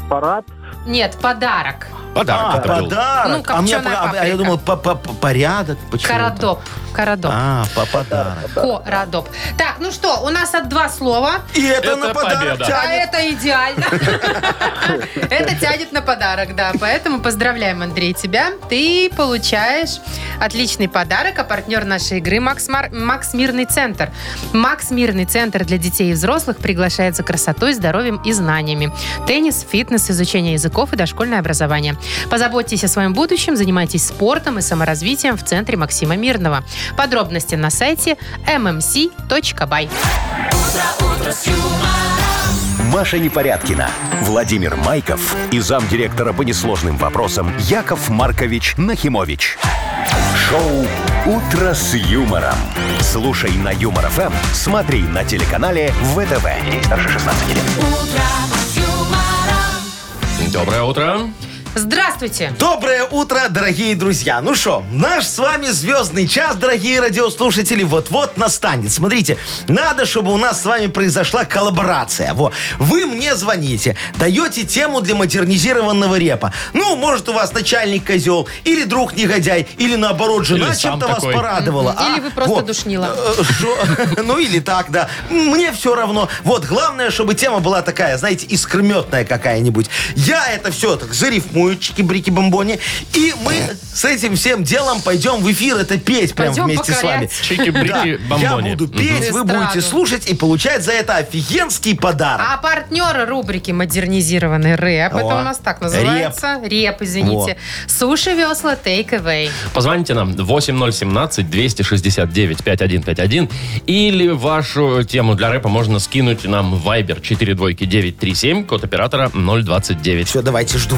Парад? Нет, подарок. Подарок А, это был. подарок. Ну, а, мне копченая по- а я паприка. думал, по- по- по- порядок. почему-то. Карадоп. Корадок. А, по подарок. Корадок. Так, ну что, у нас от два слова. И это, Это на подарок победа. А тянет. это идеально. Это тянет на подарок, да. Поэтому поздравляем, Андрей, тебя. Ты получаешь отличный подарок, а партнер нашей игры Макс, Мар- Макс Мирный Центр. Макс Мирный Центр для детей и взрослых приглашает за красотой, здоровьем и знаниями. Теннис, фитнес, изучение языков и дошкольное образование. Позаботьтесь о своем будущем, занимайтесь спортом и саморазвитием в центре Максима Мирного. Подробности на сайте эм mmc.by. Маша Непорядкина, Владимир Майков и замдиректора по несложным вопросам Яков Маркович Нахимович. Шоу «Утро с юмором». Слушай на Юмор ФМ, смотри на телеканале ВТВ. Ей старше 16 лет. Доброе утро. Здравствуйте! Доброе утро, дорогие друзья. Ну что, наш с вами звездный час, дорогие радиослушатели, вот-вот настанет. Смотрите, надо, чтобы у нас с вами произошла коллаборация. Во. Вы мне звоните, даете тему для модернизированного репа. Ну, может, у вас начальник козел, или друг негодяй, или наоборот, жена Или сам чем-то вас такой. порадовала. Мгм. Или а? вы просто Во. душнила. Э, шо? Ну или так, да. Мне все равно. Вот, главное, чтобы тема была такая, знаете, искрометная какая-нибудь. Я это все так зарифмую, чики-брики-бомбони. И мы с этим всем делом пойдем в эфир это петь прям Пойдем вместе с вами. покорять. Да, Чики-брики я бомбони. буду петь, вы Эстраду. будете слушать и получать за это офигенский подарок. А партнеры рубрики «Модернизированный рэп» О, это у нас так называется. Реп, извините. Суши весла Take Away. Позвоните нам 8017-269-5151 или вашу тему для рэпа можно скинуть нам в Viber 42937, код оператора 029. Все, давайте жду.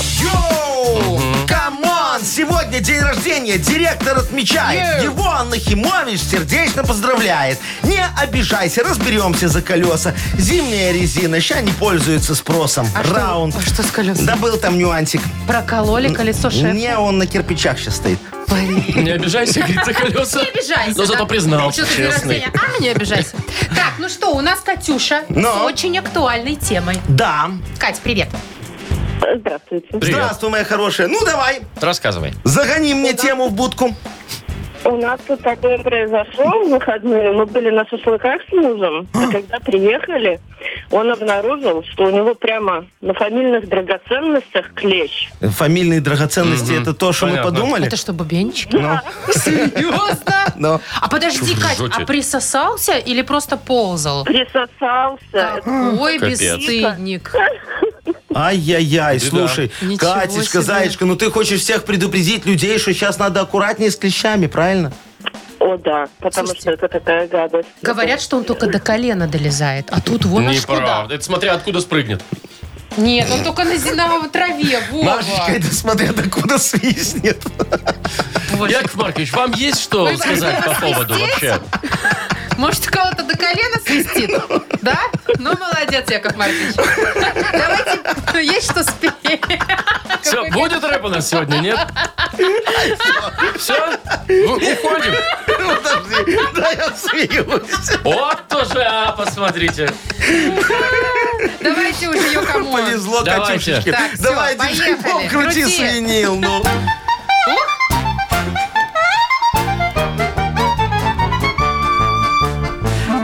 Йоу! Камон! Сегодня день рождения, директор отмечает. Его Анна Химович сердечно поздравляет. Не обижайся, разберемся за колеса. Зимняя резина, ща не пользуется спросом. А что- Раунд. а что с колесами? Да был там нюансик. Прокололи колесо шеф. Не, он на кирпичах сейчас стоит. Не обижайся, говорит, за колеса. Не обижайся. Но зато да? признался, Что ты день честный. рождения? А, не обижайся. Так, ну что, у нас Катюша с Но. очень актуальной темой. Да. Кать, привет. Здравствуйте. Привет. Здравствуй, моя хорошая. Ну, давай, Рассказывай. загони мне тему в будку. У нас тут такое произошло в выходные. Мы были на шашлыках с мужем. А когда приехали, он обнаружил, что у него прямо на фамильных драгоценностях клещ. Фамильные драгоценности это то, что Понятно. мы подумали? Это что, бубенчики? Серьезно? Ну. А подожди, Чушь Кать, жуть. а присосался или просто ползал? А. Присосался. Ой, Капец. бесстыдник. Ай-яй-яй, Беда. слушай, Ничего Катечка, себе. Заячка, ну ты хочешь всех предупредить людей, что сейчас надо аккуратнее с клещами, правильно? О, да, потому Слушайте, что это такая гадость. Говорят, что он только до колена долезает, а тут вон аж куда. Неправда. Это смотря откуда спрыгнет. Нет, он только на, зи- на траве, Вова. Машечка, это смотря до куда свистнет. Боже. Яков Маркович, вам есть что Вы сказать по хотели поводу свистеть? вообще? Может, у кого-то до колена свистит? Да? Ну, молодец, Яков Маркович. Давайте, ну, есть что спеть. Все, будет рэп у нас сегодня, нет? Все? Уходим? Подожди, да я смеюсь. Вот тоже, а, посмотрите. Давайте уже ее кому. Повезло Давайте. Катюшечке. Так, всё, Давай, поехали. девчонком, крути Крути. свинил, ну.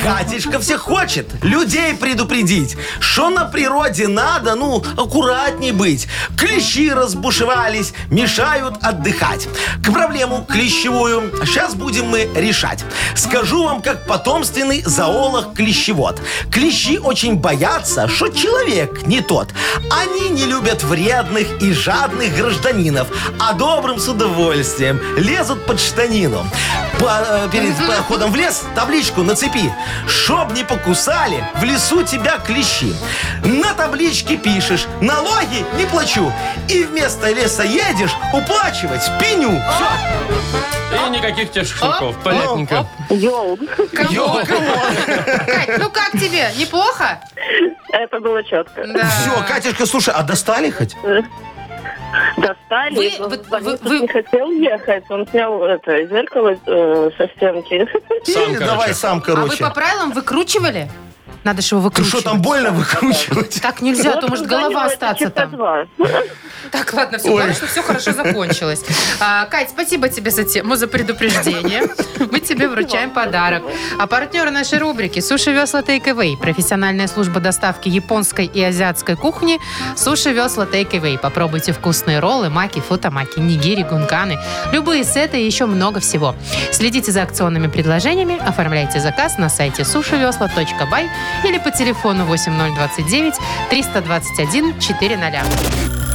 Катечка все хочет людей предупредить, что на природе надо, ну, аккуратней быть. Клещи разбушевались, мешают отдыхать. К проблему клещевую сейчас будем мы решать. Скажу вам, как потомственный зоолог-клещевод. Клещи очень боятся, что человек не тот. Они не любят вредных и жадных гражданинов, а добрым с удовольствием лезут под штанину. По- э, перед походом в лес табличку на цепи. Чтоб не покусали, в лесу тебя клещи. На табличке пишешь, налоги не плачу. И вместо леса едешь уплачивать пеню. Все. А? И никаких тех шашлыков, понятненько. Йоу, Кому? Кать, ну как тебе? Неплохо? это было четко. Да. а Все, Катюшка, слушай, а достали хоть? Да, достали. Вы- и он вы- в больницу вы- вы- не хотел ехать. Он снял это зеркало э, со стенки. Сам, короче. Давай сам, А вы короче. по правилам выкручивали? Надо же его Ты выкручивать. что, там больно выкручивать? Так нельзя, а то Вот может звонила голова это остаться часа там. два. Так, ладно, все, Ой. главное, что все хорошо закончилось. А, Кать, спасибо тебе за тему, за предупреждение. Мы тебе вручаем подарок. А партнер нашей рубрики «Суши Весла Тейковей» профессиональная служба доставки японской и азиатской кухни «Суши Весла Тейковей». Попробуйте вкусные роллы, маки, футамаки, нигири, гунканы, любые сеты и еще много всего. Следите за акционными предложениями, оформляйте заказ на сайте сушивесла.бай или по телефону 8029 321 400.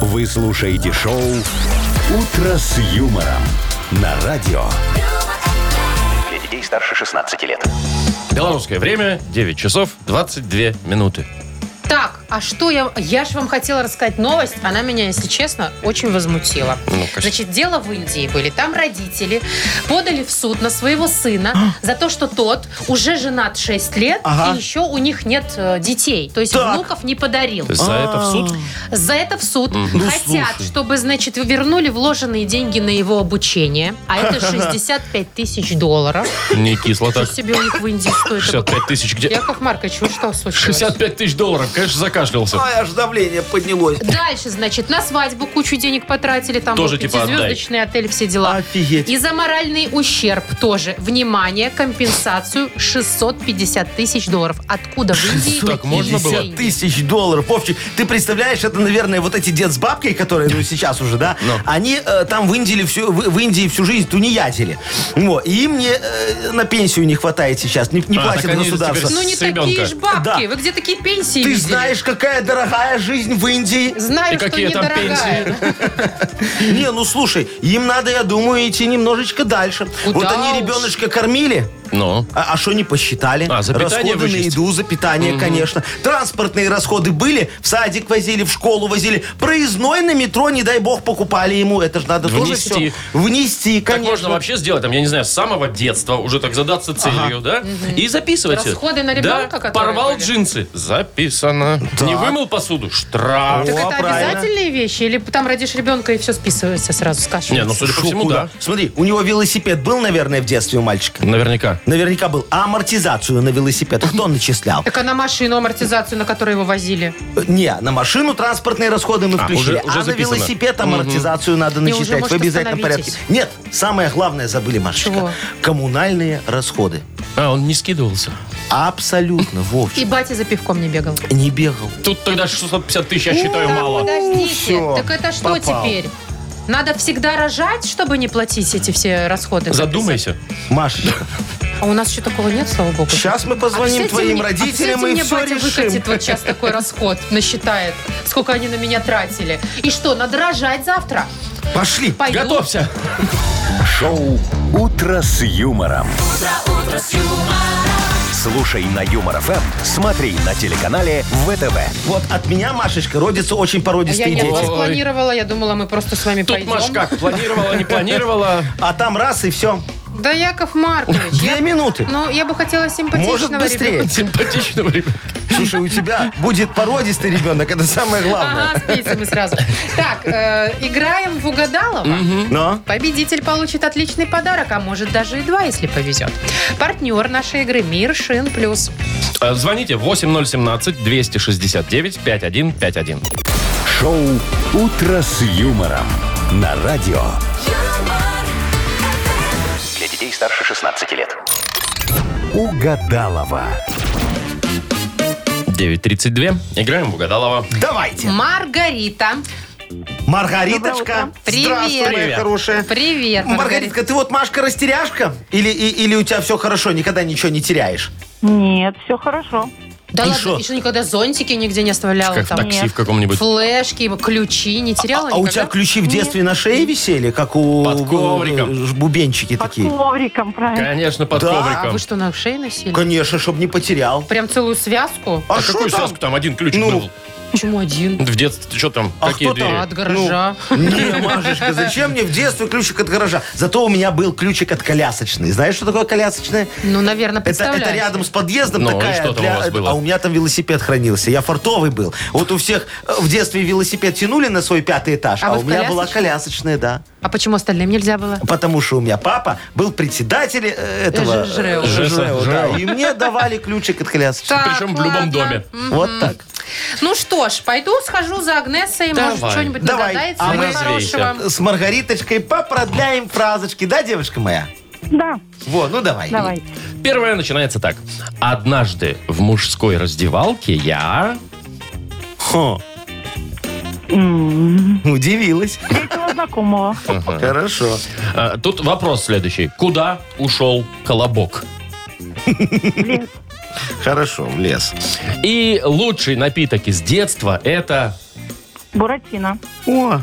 Вы слушаете шоу «Утро с юмором» на радио. Для детей старше 16 лет. Белорусское время 9 часов 22 минуты. Так, а что я... Я же вам хотела рассказать новость. Она меня, если честно, очень возмутила. Ну, Ну-ка. Значит, дело в Индии были. Там родители подали в суд на своего сына за то, что тот уже женат 6 лет, Ага. и еще у них нет э, детей. То есть Так. внуков не подарил. За А. это в суд? За это в суд Ну, хотят, слушай. чтобы, значит, вернули вложенные деньги на его обучение. А это 65 тысяч долларов. Не кисло Что так. себе у них в Индии стоит? 65 тысяч где? Яков Маркович, вы что случилось? 65 тысяч долларов, конечно, закашлялся. Ай, аж давление поднялось. Дальше, значит, на свадьбу кучу денег потратили, там Тоже тоже типа отдай. пятизвездочный отель, все дела. Офигеть. И за моральный ущерб тоже, внимание, компенсацию 650 тысяч долларов. Откуда в Индии Так можно было? 50 тысяч долларов. Вовчик, ты представляешь, это, наверное, вот эти дед с бабкой, которые, ну, сейчас уже, да, Ну. они э, там в Индии, всю, в, в Индии всю жизнь тунеядили. Вот. И им не, э, на пенсию не хватает сейчас, не, не А, так платит они государство. теперь Ну не С ребенка. такие же бабки, Да. вы где такие пенсии Ты видели? знаешь, какая дорогая жизнь в Индии? Знаю, И что какие там недорогая. Не, ну слушай, им надо, я думаю, идти немножечко дальше. Куда вот они уж. ребеночка кормили, Ну, а что не посчитали? А, за питание расходы на вычесть. еду, за питание, конечно. Транспортные расходы были, в садик возили, в школу возили. Проездной на метро, не дай бог, покупали ему. Это же надо тоже Внести. все внести, так конечно. можно вообще сделать, там, я не знаю, с самого детства уже так задаться целью, да? И записывать. Расходы на Да, ребенка, которые порвал были. джинсы. Записано. Не вымыл посуду. Штраф. Так О, это правильно. обязательные вещи? Или там родишь ребенка и все списывается сразу, скажешь? Не, ну, судя по Шо, всему, куда? да. Смотри, у него велосипед был, наверное, в детстве у мальчика. Наверняка. Наверняка был. А амортизацию на велосипед кто начислял? Так а на машину амортизацию, на которую его возили? Э, Не, на машину транспортные расходы мы А, включили. уже- уже а на записано. велосипед амортизацию надо Не, уже, начислять в может, обязательном порядке. остановитесь. Нет, самое главное забыли, Машечка. Чего? Коммунальные расходы. А, он не скидывался. Абсолютно, Вовчик. И батя за пивком не бегал. Не бегал. Тут тогда 650 тысяч, я считаю, Так, мало. Подождите, всё, так это что попал. теперь? Надо всегда рожать, чтобы не платить эти все расходы. Задумайся. Машечка, А у нас еще такого нет, слава богу. сейчас мы А позвоним представьте твоим мне- а родителям представьте, и мне все батя решим. выкатит вот сейчас такой расход, насчитает, сколько они на меня тратили. И что, надо рожать завтра? Пошли. Пойду. Готовься. Шоу «Утро с юмором». Слушай на Юмор ФМ, смотри на телеканале ВТВ. Вот от меня, Машечка, родятся очень А Я породистые не дети. Ой. планировала, я думала, мы просто с вами Тут пойдем. Маш как, планировала, не планировала. А там раз и все. Да, Яков Маркович, Две я- минуты. ну, я бы хотела симпатичного Может, быстрее. ребенка. Симпатичного ребенка. Слушай, у тебя будет породистый ребенок, это самое главное. Ага, спицы мы сразу. Так, э, играем в угадалово. Но Победитель получит отличный подарок, а может даже и два, если повезет. Партнер нашей игры Мир Шин Плюс. Э, Звоните 8017-269-5151. Шоу «Утро с юмором» на радио. Для детей старше 16 лет. Угадалова. 9.32. Играем в Угадалова. давайте. Маргарита. Маргариточка, Привет. здравствуй, моя Привет. хорошая. Привет, Маргарита. Маргаритка, ты вот Машка растеряшка? Или, и- или у тебя все хорошо, никогда ничего не теряешь? Нет, все хорошо. Да И ладно, шо? ты что, никогда зонтики нигде не оставляла? Как в там? такси в каком-нибудь. Флешки, ключи не теряла а, а у тебя никогда? ключи в детстве на шее висели, как у э, Под ковриком. ж- бубенчики Под такие? ковриком, правильно. Конечно, под Да. А ковриком. вы что, на шее носили? Конечно, чтобы не потерял. Прям целую связку? А А шо какую там? связку там один ключик Ну, был? Почему один? В детстве ты что там? А какие кто там? двери? От гаража. Не, Машечка, зачем мне в детстве ключик от гаража? Зато у меня был ключик от колясочной. Знаешь, что такое колясочная? Ну, наверное, Это, представляешь. это рядом с подъездом Ну, и такая. что там у вас было? А у меня там велосипед хранился. Я фартовый был. Вот у всех э, в детстве велосипед тянули на свой пятый этаж, А а, вы у в меня была колясочная, да. А почему остальным нельзя было? Потому что у меня папа был председатель э, этого... Ж- Жрэо. э, Жеса, Жрэо, да. Жрэо. И мне давали ключик от колясочной. Так, Причем в любом ладно. доме. Вот так. Ну что ж, пойду схожу за Агнесой, Давай. может, что-нибудь Давай. догадается. А мне мы- хорошего. С Маргариточкой попродляем фразочки, да, девушка моя? Да, Вот, ну давай. давай. Первое начинается так. Однажды в мужской раздевалке я... Хо. Удивилась. Третьего знакомого. Хорошо. Э, Тут вопрос следующий. Куда ушел колобок? Хорошо, в лес. И лучший напиток из детства это... Буратино. О,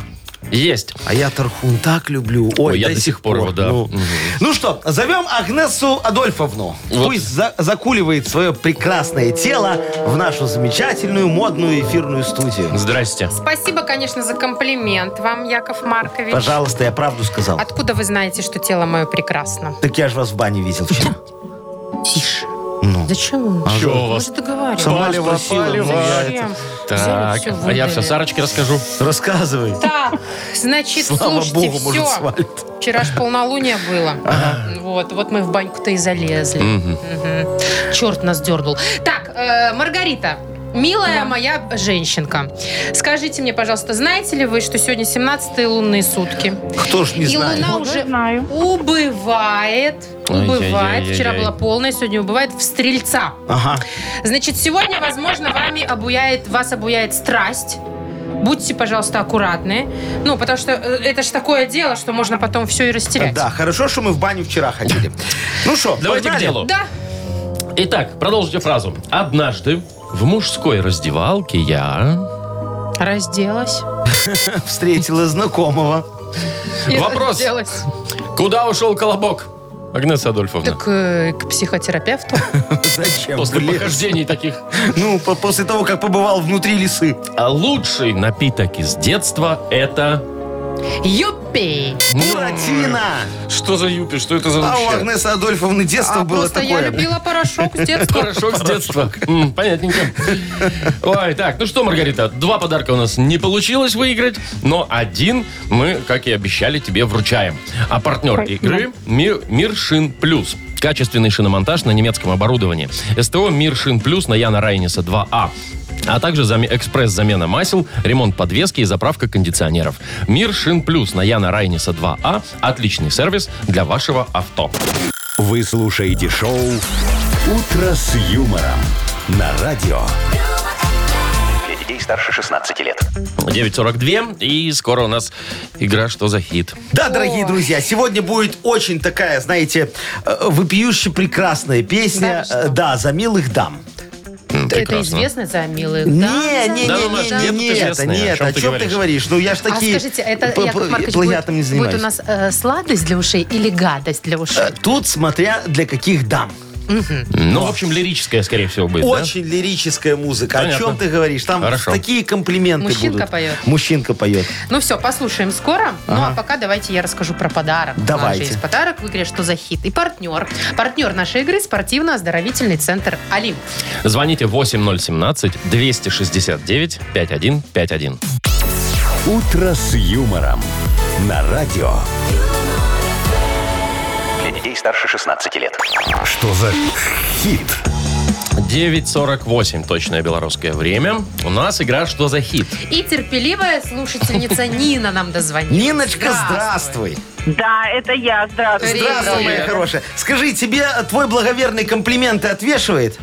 Есть. а я Тархун так люблю. Ой, Ой, я до сих пор его, да. Ну. Мгм. Ну что, зовем Агнесу Адольфовну. Вот. Пусть за- закуливает свое прекрасное тело в нашу замечательную модную эфирную студию. Здрасте. Спасибо, конечно, за комплимент вам, Яков Маркович. Пожалуйста, я правду сказал. Откуда вы знаете, что тело мое прекрасно? Так я же вас в бане видел вчера. Тише. Ну. Зачем вы? Чё у Вы вас? же договаривались. Сама спросила. палево. ну, я Зачем? Взяли, Так, всё а я выдали. все Сарочке расскажу. это- Рассказывай. Так, значит, Слава слушайте, богу, все. может, свалит. Вчера ж полнолуние было. Вот, вот мы в баньку-то и залезли. Черт нас дернул. Так, э, Маргарита, милая моя женщинка, скажите мне, пожалуйста, знаете ли вы, что сегодня 17-е лунные сутки? Кто ж не и знает. луна Уже уже знаю. убывает. Убывает. Ай-яй-яй-яй-яй. Вчера была полная, сегодня убывает в стрельца. Ага. Значит, сегодня, возможно, вами обуяет, вас обуяет страсть. Будьте, пожалуйста, аккуратны. Ну, потому что э, это же такое дело, что можно потом все и растерять. Да, хорошо, что мы в баню вчера ходили. Ну что, Давайте к погнали? делу. Да. Итак, продолжите фразу. Однажды в мужской раздевалке я... Разделась. Встретила знакомого. И Вопрос. разделась. Куда ушел колобок? Агнеса Адольфовна. Так э, к психотерапевту. Зачем? После в лес? похождений таких. Ну, по- после того, как побывал внутри лисы. А лучший напиток из детства это... ну, Юпи. Буратино! Что за юпи? Что это за А у Агнесы Адольфовны детство А было просто я такое. любила порошок с детства. Хорошо с детства. М, Понятненько. Ой, так, ну что, Маргарита, два подарка у нас не получилось выиграть, но один мы, как и обещали, тебе вручаем. А партнер игры Мир, Мир Шин Плюс. Качественный шиномонтаж на немецком оборудовании. СТО Мир Шин Плюс на Яна Райниса 2А. А также заме- экспресс-замена масел, ремонт подвески и заправка кондиционеров. Мир Шин Плюс на Яна Райниса 2А. Отличный сервис для вашего авто. Вы слушаете шоу «Утро с юмором» на радио. Для детей старше 16 лет. 9.42, и скоро у нас игра «Что за хит?». Да, дорогие друзья, сегодня будет очень такая, знаете, э, вопиюще прекрасная Да, песня. что? э, Да, за милых дам. Это Прекрасно. известно за милых. Не, дам, за не, не, Да, Маш, милых не, где не, дам. тут нет, известное? О нет, чем о ты чем ты говоришь? говоришь? Ну, я ж А такие... скажите, это, п- п- Яков Маркович, будет, плагиатом не будет у занимаюсь. нас э, сладость для ушей или гадость для ушей? Э, Тут смотря для каких дам. Ну, в общем, лирическая, скорее всего, будет, да? Очень лирическая музыка. Понятно. О чем ты говоришь? Там Хорошо. такие комплименты Мужчинка будут. поет. Мужчинка поет. Ну все, послушаем скоро. Ну а пока давайте я расскажу про подарок. У нас же Давайте. есть подарок в игре «Что за хит?» и партнер. Партнер нашей игры – спортивно-оздоровительный центр «Олимп». Звоните 8017-269-5151. «Утро с юмором» на радио. Для детей старше 16 лет. А Что за хит? 9.48, точное белорусское время. У нас игра «Что за хит?». И терпеливая слушательница Нина нам дозвонилась. Ниночка, здравствуй. Да, это я. Здравствуйте. Здравствуй, моя Привет. хорошая. Скажи, тебе твой благоверный комплименты отвешивает?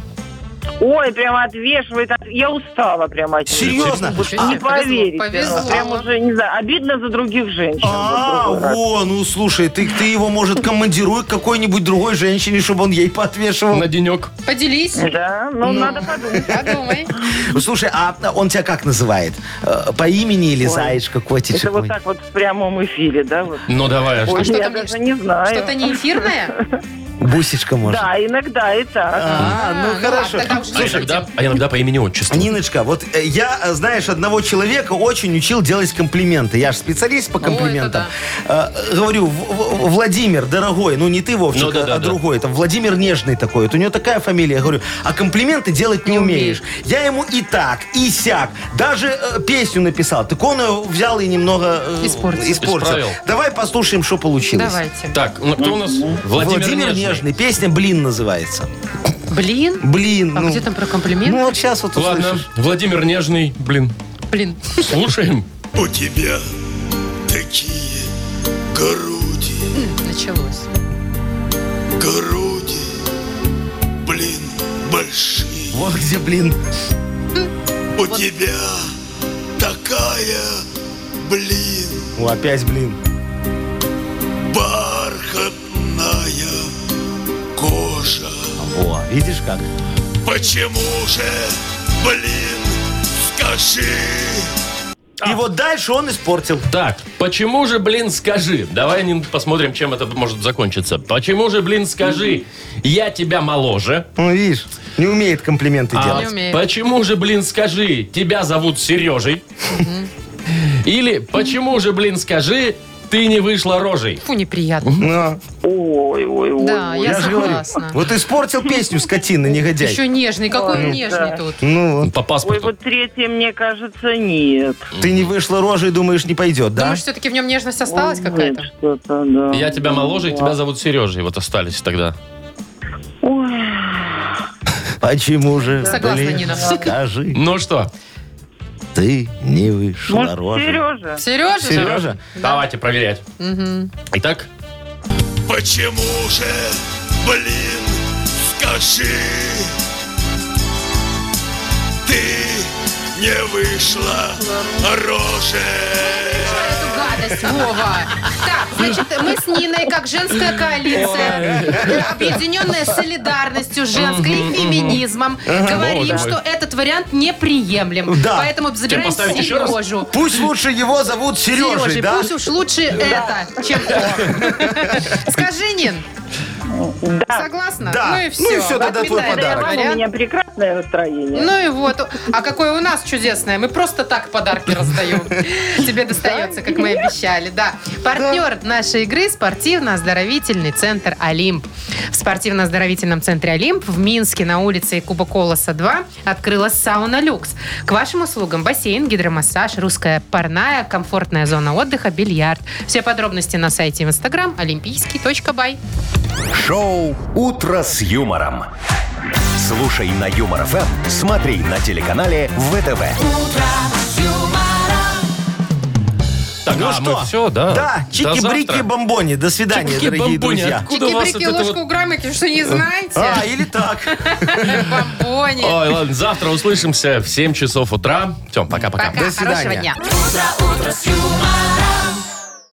Ой, прямо отвешивает. от- Я устала прямо от него. Серьезно? Ничего Не себе, повезло, поверите. Ну, повезло. Прям уже, не знаю, обидно за других женщин. А, Вот другой раз. во, ну слушай, ты, ты его, может, командируй к какой-нибудь другой женщине, чтобы он ей Ну, поотвешивал. На денек. Поделись. Да, ну, надо подумать. Подумай. Ну, Слушай, а он тебя как называет? Э, По имени или Ой, Заячка, котичек? Это вот мой? так вот в прямом эфире, да? вот? Ну, давай, а что? Ой, что я там даже есть? не знаю. Что-то не эфирное? Бусечка, может. Да, иногда и так. А, ну хорошо. ладно, тогда уж А иногда, а иногда по имени отчеству. Ниночка, вот э, я, э, знаешь, одного человека очень учил делать комплименты. Я же специалист по комплиментам. Э, Говорю, В- В- Владимир, дорогой, ну не ты, Вовчик, Ну да, а- да, а да. другой. Там Владимир Нежный такой. Вот у него такая фамилия. Я говорю, а комплименты делать не умеешь. Я ему и так, и сяк. Даже э, песню написал. Так он ее взял и немного э, Испортил. Исправил. Давай послушаем, что получилось. Давайте. Так, ну, кто у нас? Владимир, Владимир, Нежный. Нежный. Песня «Блин» называется. Блин. Блин. А ну. где там про комплимент? Ну вот сейчас вот Ладно, услышишь. Владимир Нежный, блин. Блин. Слушаем. У тебя такие груди, Началось. груди, блин, А, большие. Вот где «Блин». У тебя такая, блин, О, Ну, опять «Блин». бархатная кожа. О, видишь как? Почему же, блин, скажи? И вот дальше он испортил. Так, почему же, блин, скажи? Давай Нин, посмотрим, чем это может закончиться. Почему же, блин, скажи, я тебя моложе? Ну, видишь, не умеет комплименты А делать. Не умеет. почему же, блин, скажи, тебя зовут Сережей? Или почему же, блин, скажи, ты не вышла рожей? Фу, неприятно. Но, Ой, ой, ой. Да, я, Ну, я же говорю, согласна. вот испортил песню, скотина, негодяй. Еще нежный. Какой он Ой, нежный да. тут. Ну, вот, По Ой, паспорту. вот третье, мне кажется, нет. ты не вышла рожей, думаешь, не пойдет, да? Думаешь, все-таки Ну, в нем нежность осталась Ой, какая-то? что-то, да. Я тебя моложе, и тебя зовут Сережей. Вот остались тогда. Ой, Почему же, Согласна, блин, Нина. скажи, Ну что, ты не вышла может, рожей? Сережа? Сережа? же? Сережа? давайте проверять. Итак, Почему же, блин, скажи? Ты не вышла рожей. Эту гадость, Вова. Так, значит, мы с Ниной, как женская коалиция, объединенная солидарностью женской и феминизмом, говорим, Боже что мой. этот вариант неприемлем. Да. Поэтому забираем Чем поставить еще раз? Сережу. Пусть лучше его зовут Сережей, Сережей, да? пусть уж лучше это, чем то. Скажи, Нин, Да. согласна? Да. Ну и все. Ну и всё, тогда твой Отметаем этот подарок. Мама, у вариант. меня прекрасное настроение. Ну и вот. А какое у нас чудесное. Мы просто так подарки раздаем. Тебе достается, как мы и обещали. Да. Партнер нашей игры – спортивно-оздоровительный центр «Олимп». В спортивно-оздоровительном центре «Олимп» в Минске на улице Куба Колоса 2 открылась сауна «Люкс». К вашим услугам бассейн, гидромассаж, русская парная, комфортная зона отдыха, бильярд. Все подробности на сайте и в инстаграм олимпийский.бай. Шоу «Утро с юмором». Слушай на Юмор ФМ, смотри на телеканале ВТВ. так, Ну а что? мы все, да? Да, До завтра. чики-брики-бомбони. До свидания, дорогие Чики-бомбони, друзья. Откуда у вас Чики-брики, это ложку вот- граммики, что не знаете? А, или так. Бомбони. Ой, ладно, завтра услышимся в 7 часов утра. Все, пока-пока. Пока, До свидания. хорошего дня. утро, утро с юмором.